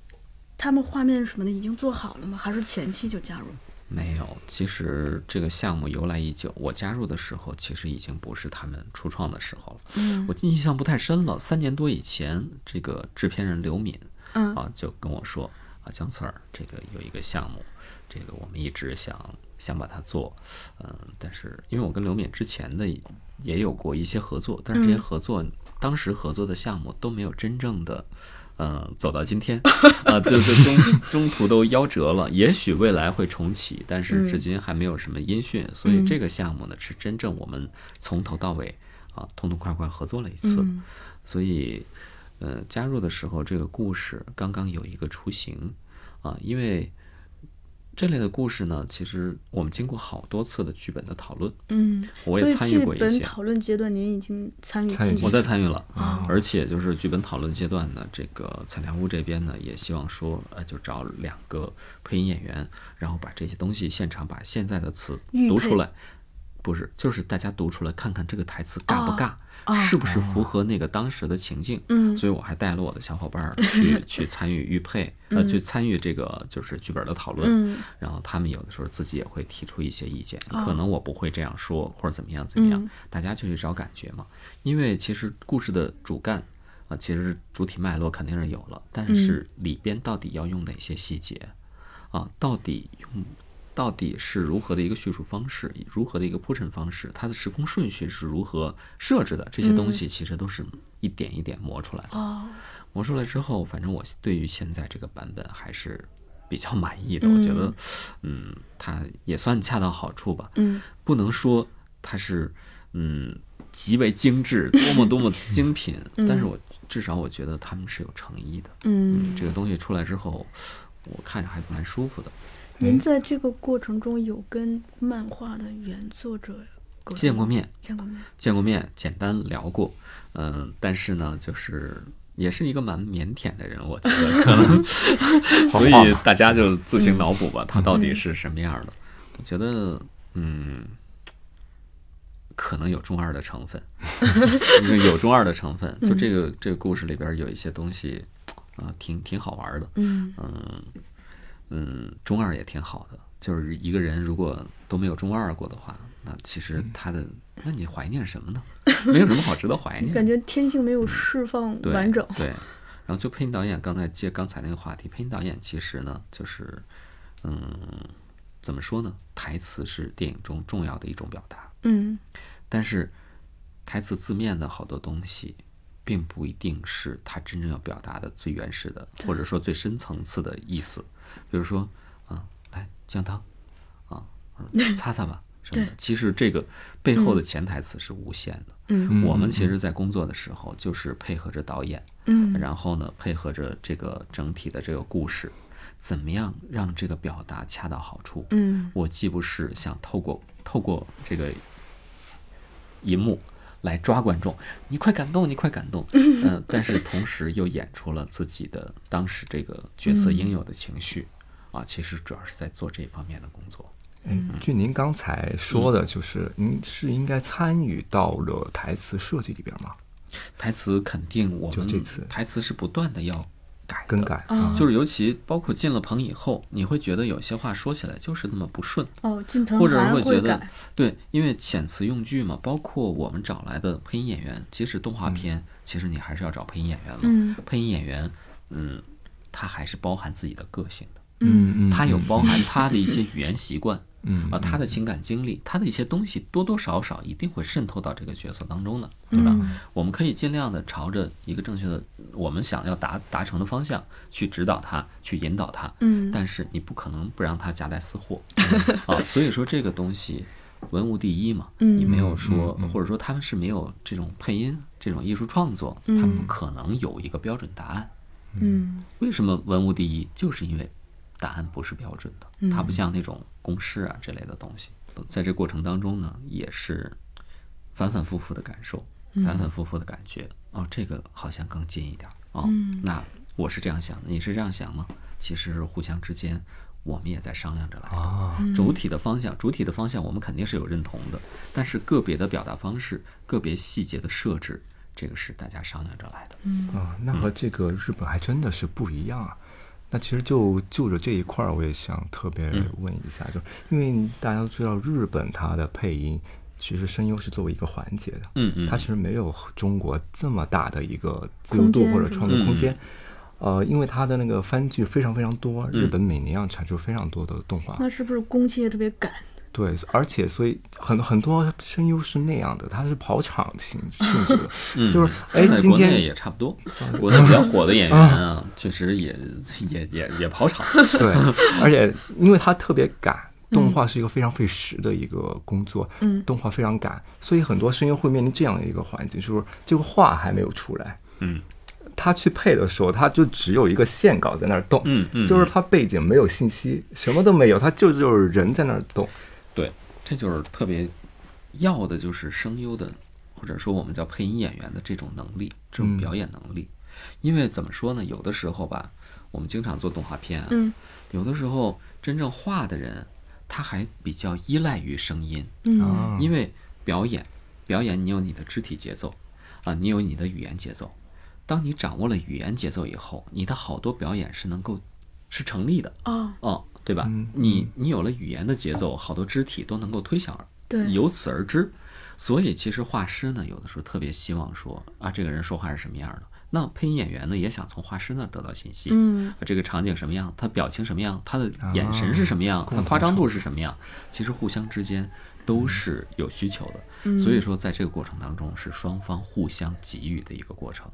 Speaker 8: 他们画面什么的已经做好了吗？还是前期就加入？
Speaker 7: 没有，其实这个项目由来已久。我加入的时候，其实已经不是他们初创的时候了。
Speaker 8: 嗯
Speaker 7: 我印象不太深了，三年多以前，这个制片人刘敏
Speaker 8: 嗯
Speaker 7: 啊就跟我说啊，姜 Sir，这个有一个项目，这个我们一直想想把它做，嗯，但是因为我跟刘敏之前的也有过一些合作，但是这些
Speaker 8: 嗯
Speaker 7: 合作、当时合作的项目都没有真正的。嗯，走到 今天，啊，就是中中途都夭折了，也许未来会重启，但是
Speaker 8: 嗯
Speaker 7: 至今还没有什么音讯，所以这个项目呢是真正我们从头到尾啊，痛痛快快合作了一次，
Speaker 8: 嗯
Speaker 7: 所以，呃，加入的时候这个故事刚刚有一个雏形，啊，因为这类的故事呢，其实我们经过好多次的剧本的讨论，
Speaker 8: 嗯，
Speaker 7: 我
Speaker 8: 所
Speaker 7: 也
Speaker 8: 以
Speaker 7: 参与
Speaker 8: 剧
Speaker 7: 过一
Speaker 8: 本
Speaker 7: 些，
Speaker 8: 讨论阶段，您已经参与
Speaker 6: 参
Speaker 8: 进
Speaker 6: 与进
Speaker 8: 去
Speaker 6: 去
Speaker 7: 我
Speaker 8: 了
Speaker 7: 在参与了，
Speaker 8: 啊
Speaker 7: 而且就是剧本讨论阶段呢，这个彩条屋这边呢，也希望说，呃，就找两个配音演员，然后把这些东西现场把现在的词
Speaker 8: 预
Speaker 7: 读
Speaker 8: 配
Speaker 7: 出来，不是，就是大家读出来看看这个台词尬不
Speaker 8: 哦
Speaker 7: 尬，
Speaker 8: 哦
Speaker 7: 是不是符合那个当时的情境。
Speaker 8: 嗯
Speaker 7: 所以我还带了我的小伙伴儿 去去参与预配，呃，去参与这个就是剧本的讨论。
Speaker 8: 嗯
Speaker 7: 然后他们有的时候自己也会提出一些意见，
Speaker 8: 哦
Speaker 7: 可能我不会这样说，或者怎么样怎么样，
Speaker 8: 嗯
Speaker 7: 大家就去找感觉嘛。因为其实故事的主干啊、其实主体脉络肯定是有了，
Speaker 8: 嗯
Speaker 7: 但是里边到底要用哪些细节啊，到底用到底是如何的一个叙述方式，如何的一个铺陈方式，它的时空顺序是如何设置的，这些东
Speaker 8: 嗯
Speaker 7: 西其实都是一点一点磨出来的。
Speaker 8: 哦，
Speaker 7: 磨出来之后，反正我对于现在这个版本还是比较满意的。我觉得，嗯，它也算恰到好处吧。
Speaker 8: 嗯，
Speaker 7: 不能说它是嗯极为精致，多么多么精品，但是我至少我觉得他们是有诚意的。
Speaker 8: 嗯，
Speaker 7: 这个东西出来之后，我看着还蛮舒服的。
Speaker 8: 您在这个过程中有跟漫画的原作者沟通
Speaker 2: 嗯
Speaker 7: 见过
Speaker 8: 吗，
Speaker 7: 面，
Speaker 8: 见过面，
Speaker 7: 见过面，简单聊过，嗯、但是呢，就是也是一个蛮腼腆的人，我觉得可能，所以大家就自行脑补吧，他到底是什么样的？我觉得，嗯，可能有中二的成分，有中二的成分。就这个这个故事里边有一些东西，啊、挺挺好玩的，
Speaker 8: 嗯
Speaker 7: 嗯嗯，中二也挺好的，就是一个人如果都没有中二过的话，那其实他的，那你怀念什么呢？没有什么好值得怀 念的。
Speaker 8: 感觉天性没有释放
Speaker 7: 对
Speaker 8: 完整，
Speaker 7: 对，然后就配音导演，刚才接刚才那个话题，配音导演其实呢，就是，嗯，怎么说呢？台词是电影中重要的一种表达，
Speaker 8: 嗯
Speaker 7: 但是台词字面的好多东西，并不一定是他真正要表达的最原始的，或者说最深层次的意思。比如说，啊，来姜汤，啊，嗯 擦擦吧什么的。其实这个背后的潜台词是无限的。
Speaker 8: 嗯
Speaker 7: 我们其实，在工作的时候，就是配合着导演，
Speaker 8: 嗯
Speaker 7: 然后呢，配合着这个整体的这个故事，怎么样让这个表达恰到好处？
Speaker 8: 嗯
Speaker 7: 我既不是想透过透过这个银幕来抓观众，你快感动，你快感动，嗯、但是同时又演出了自己的当时这个角色应有的情绪，啊，其实主要是在做这方面的工作。
Speaker 6: 哎据您刚才说的，就是您是应该参与到了台词设计里边吗？
Speaker 7: 台词肯定我
Speaker 6: 就
Speaker 7: 们
Speaker 6: 这次
Speaker 7: 台词是不断的要改的
Speaker 6: 更改，啊
Speaker 7: 就是尤其包括进了棚以后，你会觉得有些话说起来就是那么不顺，
Speaker 8: 哦，进盆
Speaker 7: 或者是
Speaker 8: 还
Speaker 7: 会觉得
Speaker 8: 改，
Speaker 7: 对，因为遣词用句嘛，包括我们找来的配音演员，即使动画
Speaker 6: 嗯
Speaker 7: 片，其实你还是要找配音演员嘛。
Speaker 8: 嗯
Speaker 7: 配音演员，嗯，他还是包含自己的个性的，
Speaker 6: 嗯嗯，
Speaker 7: 他有包含他的一些语言习惯，
Speaker 6: 嗯
Speaker 7: 啊，他的情感经历，他的一些东西多多少少一定会渗透到这个角色当中的，
Speaker 2: 嗯
Speaker 8: 嗯
Speaker 7: 对吧？我们可以尽量的朝着一个正确的我们想要达达成的方向去指导他，去引导他，
Speaker 8: 嗯
Speaker 7: 但是你不可能不让他夹带私货 啊，所以说这个东西文无第一嘛，
Speaker 8: 嗯
Speaker 7: 你没有说，或者说他们是没有这种配音这种艺术创作，他们不可能有一个标准答案。
Speaker 8: 嗯
Speaker 7: 为什么文无第一？就是因为答案不是标准的，它不像那种公式啊这类的东西。在这过程当中呢，也是反反复复的感受，反反复复的感觉。哦，这个好像更近一点儿。哦，那我是这样想的，你是这样想吗？其实是互相之间，我们也在商量着来的。主体的方向，主体的方向我们肯定是有认同的，但是个别的表达方式、个别细节的设置，这个是大家商量着来的。
Speaker 6: 啊，那和这个日本还真的是不一样啊。那其实就就着这一块儿，我也想特别
Speaker 7: 嗯
Speaker 6: 问一下，就因为大家都知道日本它的配音其实声优是作为一个环节的，
Speaker 7: 嗯嗯
Speaker 6: 它其实没有中国这么大的一个自由度
Speaker 2: 空间
Speaker 6: 或者
Speaker 2: 是吧
Speaker 6: 创作
Speaker 7: 嗯
Speaker 6: 空间。呃，因为它的那个番剧非常非常多，
Speaker 7: 嗯
Speaker 6: 日本每年要产出非常多的动画，
Speaker 2: 那是不是工期也特别赶？
Speaker 6: 对，而且所以很很多声优是那样的，他是跑场性性质的，就是哎
Speaker 7: 现嗯在，
Speaker 6: 今
Speaker 7: 国内
Speaker 6: 天嗯
Speaker 7: 也差不多， 国内比较火的演员啊，确实也也也也跑场。
Speaker 6: 对，而且因为它特别赶，动画是一个非常费时的一个工作，嗯，动画非常赶，所以很多声优会面临这样的一个环境，就是这个话还没有出来，
Speaker 7: 嗯，
Speaker 6: 他去配的时候，他就只有一个线稿在那儿动，
Speaker 7: 嗯嗯
Speaker 6: 就是他背景没有信息，什么都没有，他就就是人在那儿动，
Speaker 7: 对，这就是特别要的，就是声优的，或者说我们叫配音演员的这种能力，这
Speaker 6: 嗯
Speaker 7: 种表演能力。因为怎么说呢，有的时候吧，我们经常做动画片啊，
Speaker 8: 嗯
Speaker 7: 有的时候真正画的人，他还比较依赖于声音，
Speaker 2: 嗯
Speaker 6: 啊，
Speaker 7: 因为表演，表演你有你的肢体节奏，啊，你有你的语言节奏。当你掌握了语言节奏以后，你的好多表演是能够是成立的，
Speaker 2: 哦，
Speaker 7: 哦，对吧？你你有了语言的节奏，好多肢体都能够推想而
Speaker 2: 对
Speaker 7: 由此而知。所以其实画师呢，有的时候特别希望说啊，这个人说话是什么样的。那配音演员呢，也想从画师那儿得到信息，
Speaker 2: 嗯
Speaker 7: 啊，这个场景什么样，他表情什么样，他的眼神是什么样，他夸张度是什么样，其实互相之间都是有需求的。所以说，在这个过程当中，是双方互相给予的一个过程。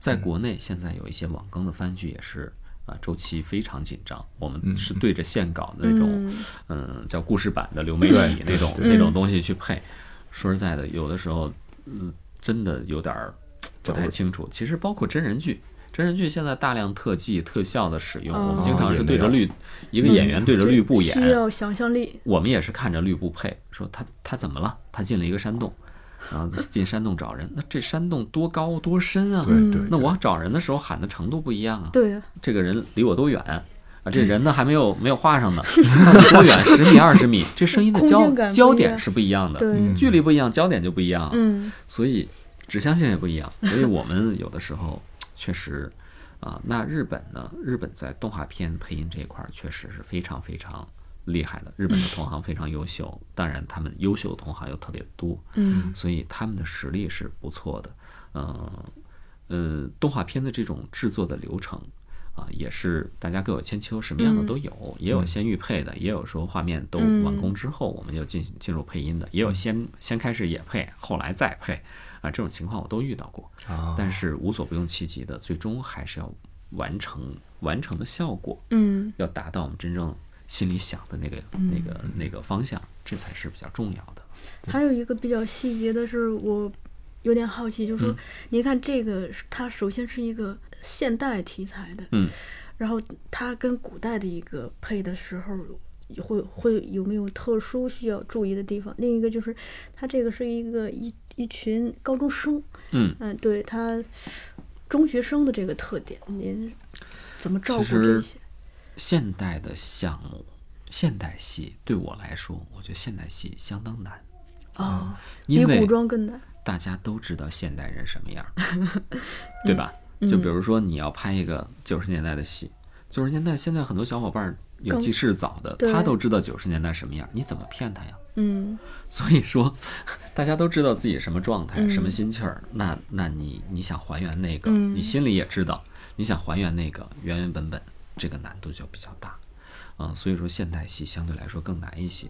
Speaker 7: 在国内，现在有一些网更的番剧也是啊，周期非常紧张。我们是对着线稿的那种，嗯，叫故事版的流媒体那种那种东西去配。说实在的，有的时候，嗯，真的有点儿不太清
Speaker 2: 嗯
Speaker 7: 楚。其实包括真人剧。真人剧现在大量特技、特效的使
Speaker 2: 嗯
Speaker 7: 用，我们经常是对着
Speaker 2: 哦
Speaker 7: 绿，一个演员对着绿布演，
Speaker 2: 需要想象力。
Speaker 7: 我们也是看着绿布配，说他他怎么了？他进了一个山洞，然后进山洞找人。那这山洞多高多深啊？
Speaker 6: 对对
Speaker 7: 那我找人的时候喊的程度不一样啊。
Speaker 2: 对，
Speaker 7: 这个人离我多远啊？这人呢还没有没有画上呢，到底多远？十米二十米，这声音的
Speaker 2: 空间
Speaker 7: 焦
Speaker 2: 感
Speaker 7: 焦
Speaker 2: 不一
Speaker 7: 点
Speaker 2: 样
Speaker 7: 是不一样的，
Speaker 2: 对
Speaker 7: 距离不一样，焦点就不一样啊。
Speaker 2: 嗯，
Speaker 7: 所以指向性也不一样。所以我们有的时候确实啊，那日本呢，日本在动画片配音这一块儿确实是非常非常厉害的，日本的同行非常优秀，当然他们优秀的同行又特别多，嗯，所以他们的实力是不错的，嗯。呃，动画片的这种制作的流程啊，也是大家各有千秋，什么样的都有，也有先预配的，也有说画面都完工之后，我们就进行进入配音的，也有先先开始也配，后来再配啊，这种情况我都遇到过，
Speaker 6: 啊
Speaker 7: 但是无所不用其极的，最终还是要完成完成的效果，
Speaker 2: 嗯，
Speaker 7: 要达到我们真正心里想的那个、那个那个方向，这才是比较重要的。
Speaker 2: 还有一个比较细节的是，我有点好奇，就是
Speaker 7: 嗯
Speaker 2: 说，你看这个是，它首先是一个现代题材的，
Speaker 7: 嗯，
Speaker 2: 然后它跟古代的一个配的时候。会会有没有特殊需要注意的地方？另一个就是，它这个是一个一一群高中生，
Speaker 7: 嗯
Speaker 2: 嗯，对他中学生的这个特点，您怎么照顾
Speaker 7: 其实
Speaker 2: 这些？
Speaker 7: 现代的项目，现代戏对我来说，我觉得现代戏相当难。
Speaker 2: 啊，比
Speaker 7: 因为
Speaker 2: 古装更难。
Speaker 7: 大家都知道现代人什么样儿，
Speaker 2: 嗯
Speaker 7: 对吧？就比如说你要拍一个九十年代的戏，九十年代现在很多小伙伴儿有
Speaker 2: 更
Speaker 7: 记事早的，
Speaker 2: 对
Speaker 7: 他都知道九十年代什么样儿，你怎么骗他呀？
Speaker 2: 嗯，
Speaker 7: 所以说，大家都知道自己什么状态、什么心气儿，那那你你想还原那个，你心里也知道，你想还原那个原原本本，这个难度就比较大，嗯，所以说现代戏相对来说更难一些。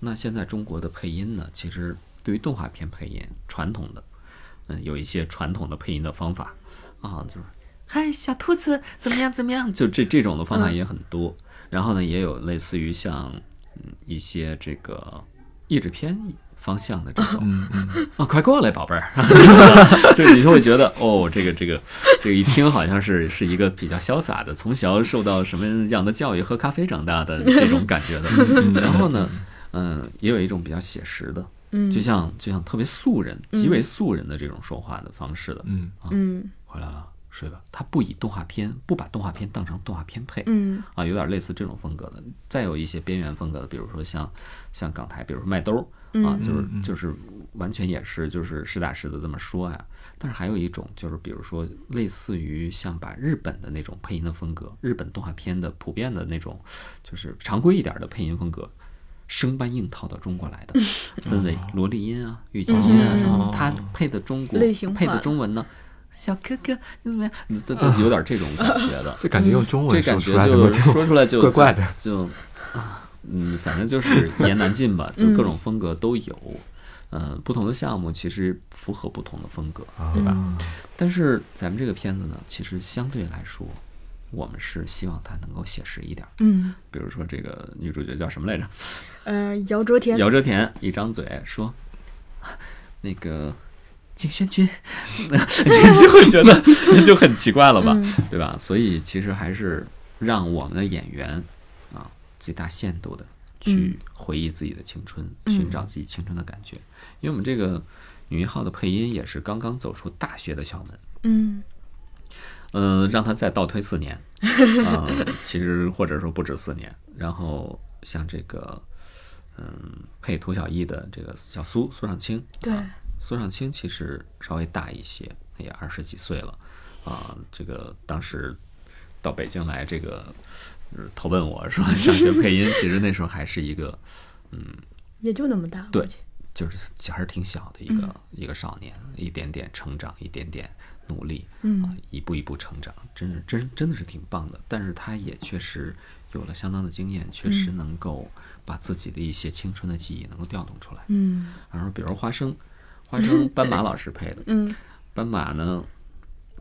Speaker 7: 那现在中国的配音呢，其实对于动画片配音，传统的，嗯，有一些传统的配音的方法，啊，就是嗨，小兔子怎么样怎么样，就这这种的方法也很多。然后呢，也有类似于像嗯一些这个译制片方向的这种， 啊，快过来，宝贝儿， 就你就会觉得哦，这个这个这个一听好像是是一个比较潇洒的，从小受到什么样的教育，喝咖啡长大的这种感觉的。然后呢，嗯，也有一种比较写实的，嗯，就像就像特别素人、极为素人的这种说话的方式的，嗯啊，回来了，水吧，它不以动画片，不把动画片当成动画片配，
Speaker 8: 嗯
Speaker 7: 啊，有点类似这种风格的。再有一些边缘风格的，比如说像像港台，比如说麦兜儿
Speaker 8: 嗯
Speaker 7: 啊，就是就是完全也是就是实打实的这么说呀。但是还有一种就是，比如说类似于像把日本的那种配音的风格，日本动画片的普遍的那种，就是常规一点的配音风格。生搬硬套到中国 来的，分为萝莉音啊、玉娇音啊什么的，它配的中国
Speaker 8: 嗯类型
Speaker 7: 配
Speaker 8: 化
Speaker 7: 的
Speaker 8: 的
Speaker 7: 中文呢，小哥哥你怎么样？这这有点这种感觉 的，
Speaker 6: 这感觉用中
Speaker 7: 这
Speaker 6: 文
Speaker 7: 感
Speaker 6: 说
Speaker 7: 觉
Speaker 6: 出来怎么
Speaker 7: 就
Speaker 6: 就
Speaker 7: 说出来就
Speaker 6: 怪怪的？
Speaker 7: 就就啊嗯，反正就是一言难尽吧，就各种风格都有。嗯，不同的项目其实符合不同的风格，
Speaker 6: 啊
Speaker 7: 对吧？但是咱们这个片子呢，其实相对来说，我们是希望它能够写实一点儿。
Speaker 8: 嗯，
Speaker 7: 比如说这个女主角叫什么来着？
Speaker 8: 呃，姚哲田，
Speaker 7: 姚哲田一张嘴说，啊那个景轩君， 你就会觉得就很奇怪了吧，对吧？所以其实还是让我们的演员啊，最大限度的去回忆自己的青春，寻找自己青春的感觉。因为我们这个女一号的配音也是刚刚走出大学的校门，
Speaker 8: 嗯
Speaker 7: 嗯、让他再倒推四年，啊、其实或者说不止四年。然后像这个，嗯，配涂小艺的这个小苏苏尚卿，
Speaker 8: 对
Speaker 7: 啊苏尚卿其实稍微大一些，她也二十几岁了，啊、这个当时到北京来，这个呃投奔我说想学配音，其实那时候还是一个
Speaker 8: 也就那么大，
Speaker 7: 对就是还是挺小的一个、一个少年，一点点成长，一点点努力，嗯、一步一步成长，真是真真的是挺棒的。但是他也确实有了相当的经验，确
Speaker 8: 嗯
Speaker 7: 实能够把自己的一些青春的记忆能够调动出来。
Speaker 8: 嗯
Speaker 7: 然后比如花生，花生 斑马老师配的，
Speaker 8: 嗯
Speaker 7: 斑马呢，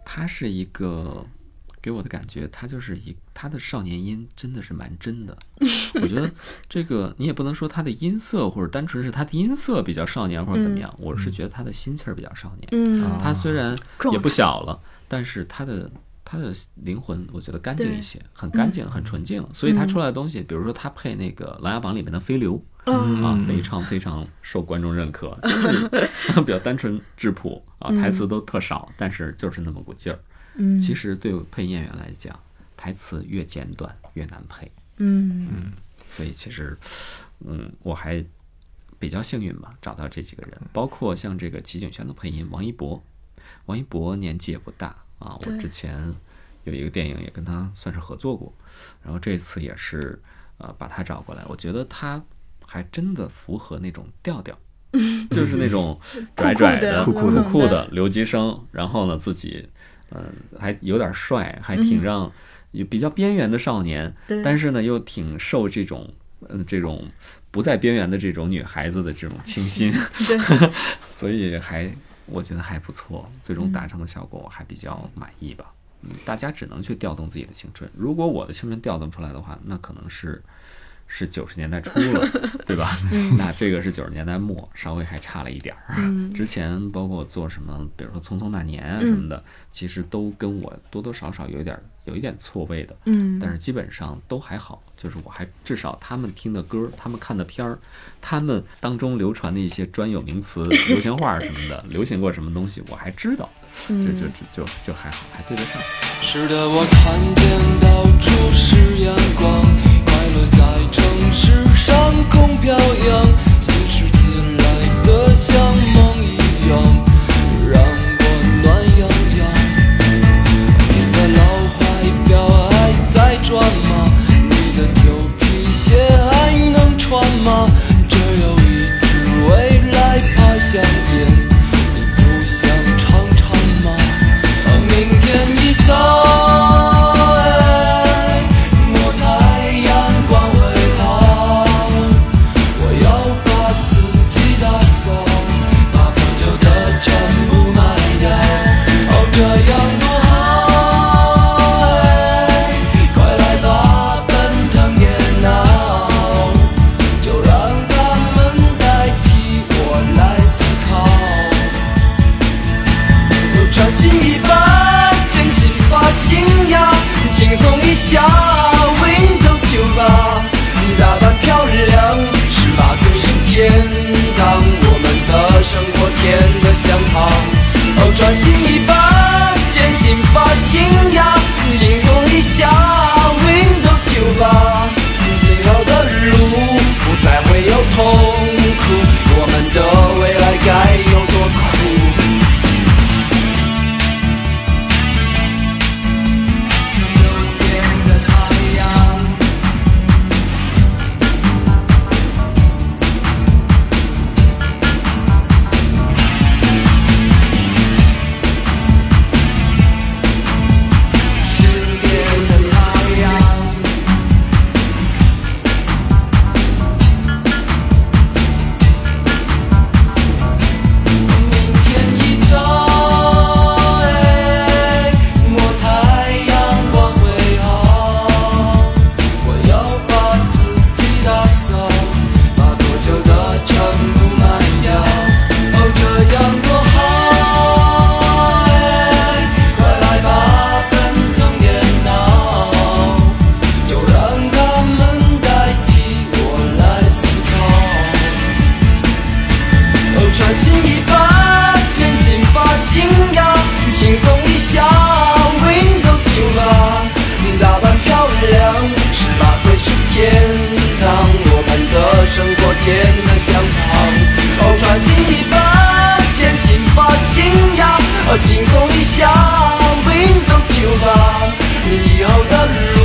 Speaker 7: 他是一个给我的感觉，他就是一他的少年音真的是蛮 真的。我觉得这个你也不能说他的音色，或者单纯是他的音色比较少年或者怎么样，我是觉得他的心气儿比较少年。
Speaker 8: 嗯
Speaker 7: 他虽然
Speaker 8: 状
Speaker 7: 也
Speaker 8: 态
Speaker 7: 不小了，但是他的他的灵魂，我觉得干净一
Speaker 8: 对嗯
Speaker 7: 些，很干净，很纯净。所以他出来的东西，比如说他配那个《琅琊榜》里面的飞流，
Speaker 8: 嗯
Speaker 7: 啊，非常非常受观众 认可，就是比较单纯质朴啊，台词都特少，但是就是那么股劲儿。
Speaker 8: 嗯
Speaker 7: 其实对配音演员来讲，台词越简短越难配，
Speaker 8: 嗯
Speaker 7: 所以其实，嗯，我还比较幸运吧，找到这几个人，包括像这个齐景轩的配音王一博，王一博年纪也不大啊，我
Speaker 8: 对
Speaker 7: 之前有一个电影也跟他算是合作过，然后这次也是呃把他找过来，我觉得他还真的符合那种 调调。就是那种拽拽
Speaker 8: 酷
Speaker 7: 酷
Speaker 8: 酷的
Speaker 7: 酷
Speaker 8: 冷冷
Speaker 7: 的
Speaker 8: 的
Speaker 7: 留级生，然后呢自己，嗯、还有点帅，
Speaker 8: 嗯
Speaker 7: 还挺让、有比较边缘的少年，
Speaker 8: 对
Speaker 7: 但是呢又挺受这种嗯、这种不在边缘的这种女孩子的这种倾心，
Speaker 8: 对
Speaker 7: 所以还我觉得还不错，最终达成的效果我还比较满意吧。嗯，大家只能去调动自己的青春，如果我的青春调动出来的话，那可能是。是九十年代初了，对吧？那这个是九十年代末，稍微还差了一点
Speaker 2: 嗯
Speaker 7: 儿。
Speaker 8: 嗯
Speaker 7: 之前包括做什么，比如说《匆匆那年》啊什么的，其实都跟我多多少少有一点儿有一点错位的。
Speaker 8: 嗯
Speaker 7: 但是基本上都还好，就是我还至少他们听的歌，他们看的片儿，他们当中流传的一些专有名词、流行话什么的，流行过什么东西，我还知道，就就就就就还好，还对得上。
Speaker 9: 是的，我看见到处是阳光，快乐在城市上空飘扬，随时自来的像梦一样，让我暖洋洋。你的老怀表还在转吗？你的旧皮鞋还能穿吗？只有一支未来牌香烟，你不想尝尝吗？啊明天一早，哎，我猜阳光会好。我要哦哦哦哦你要的路。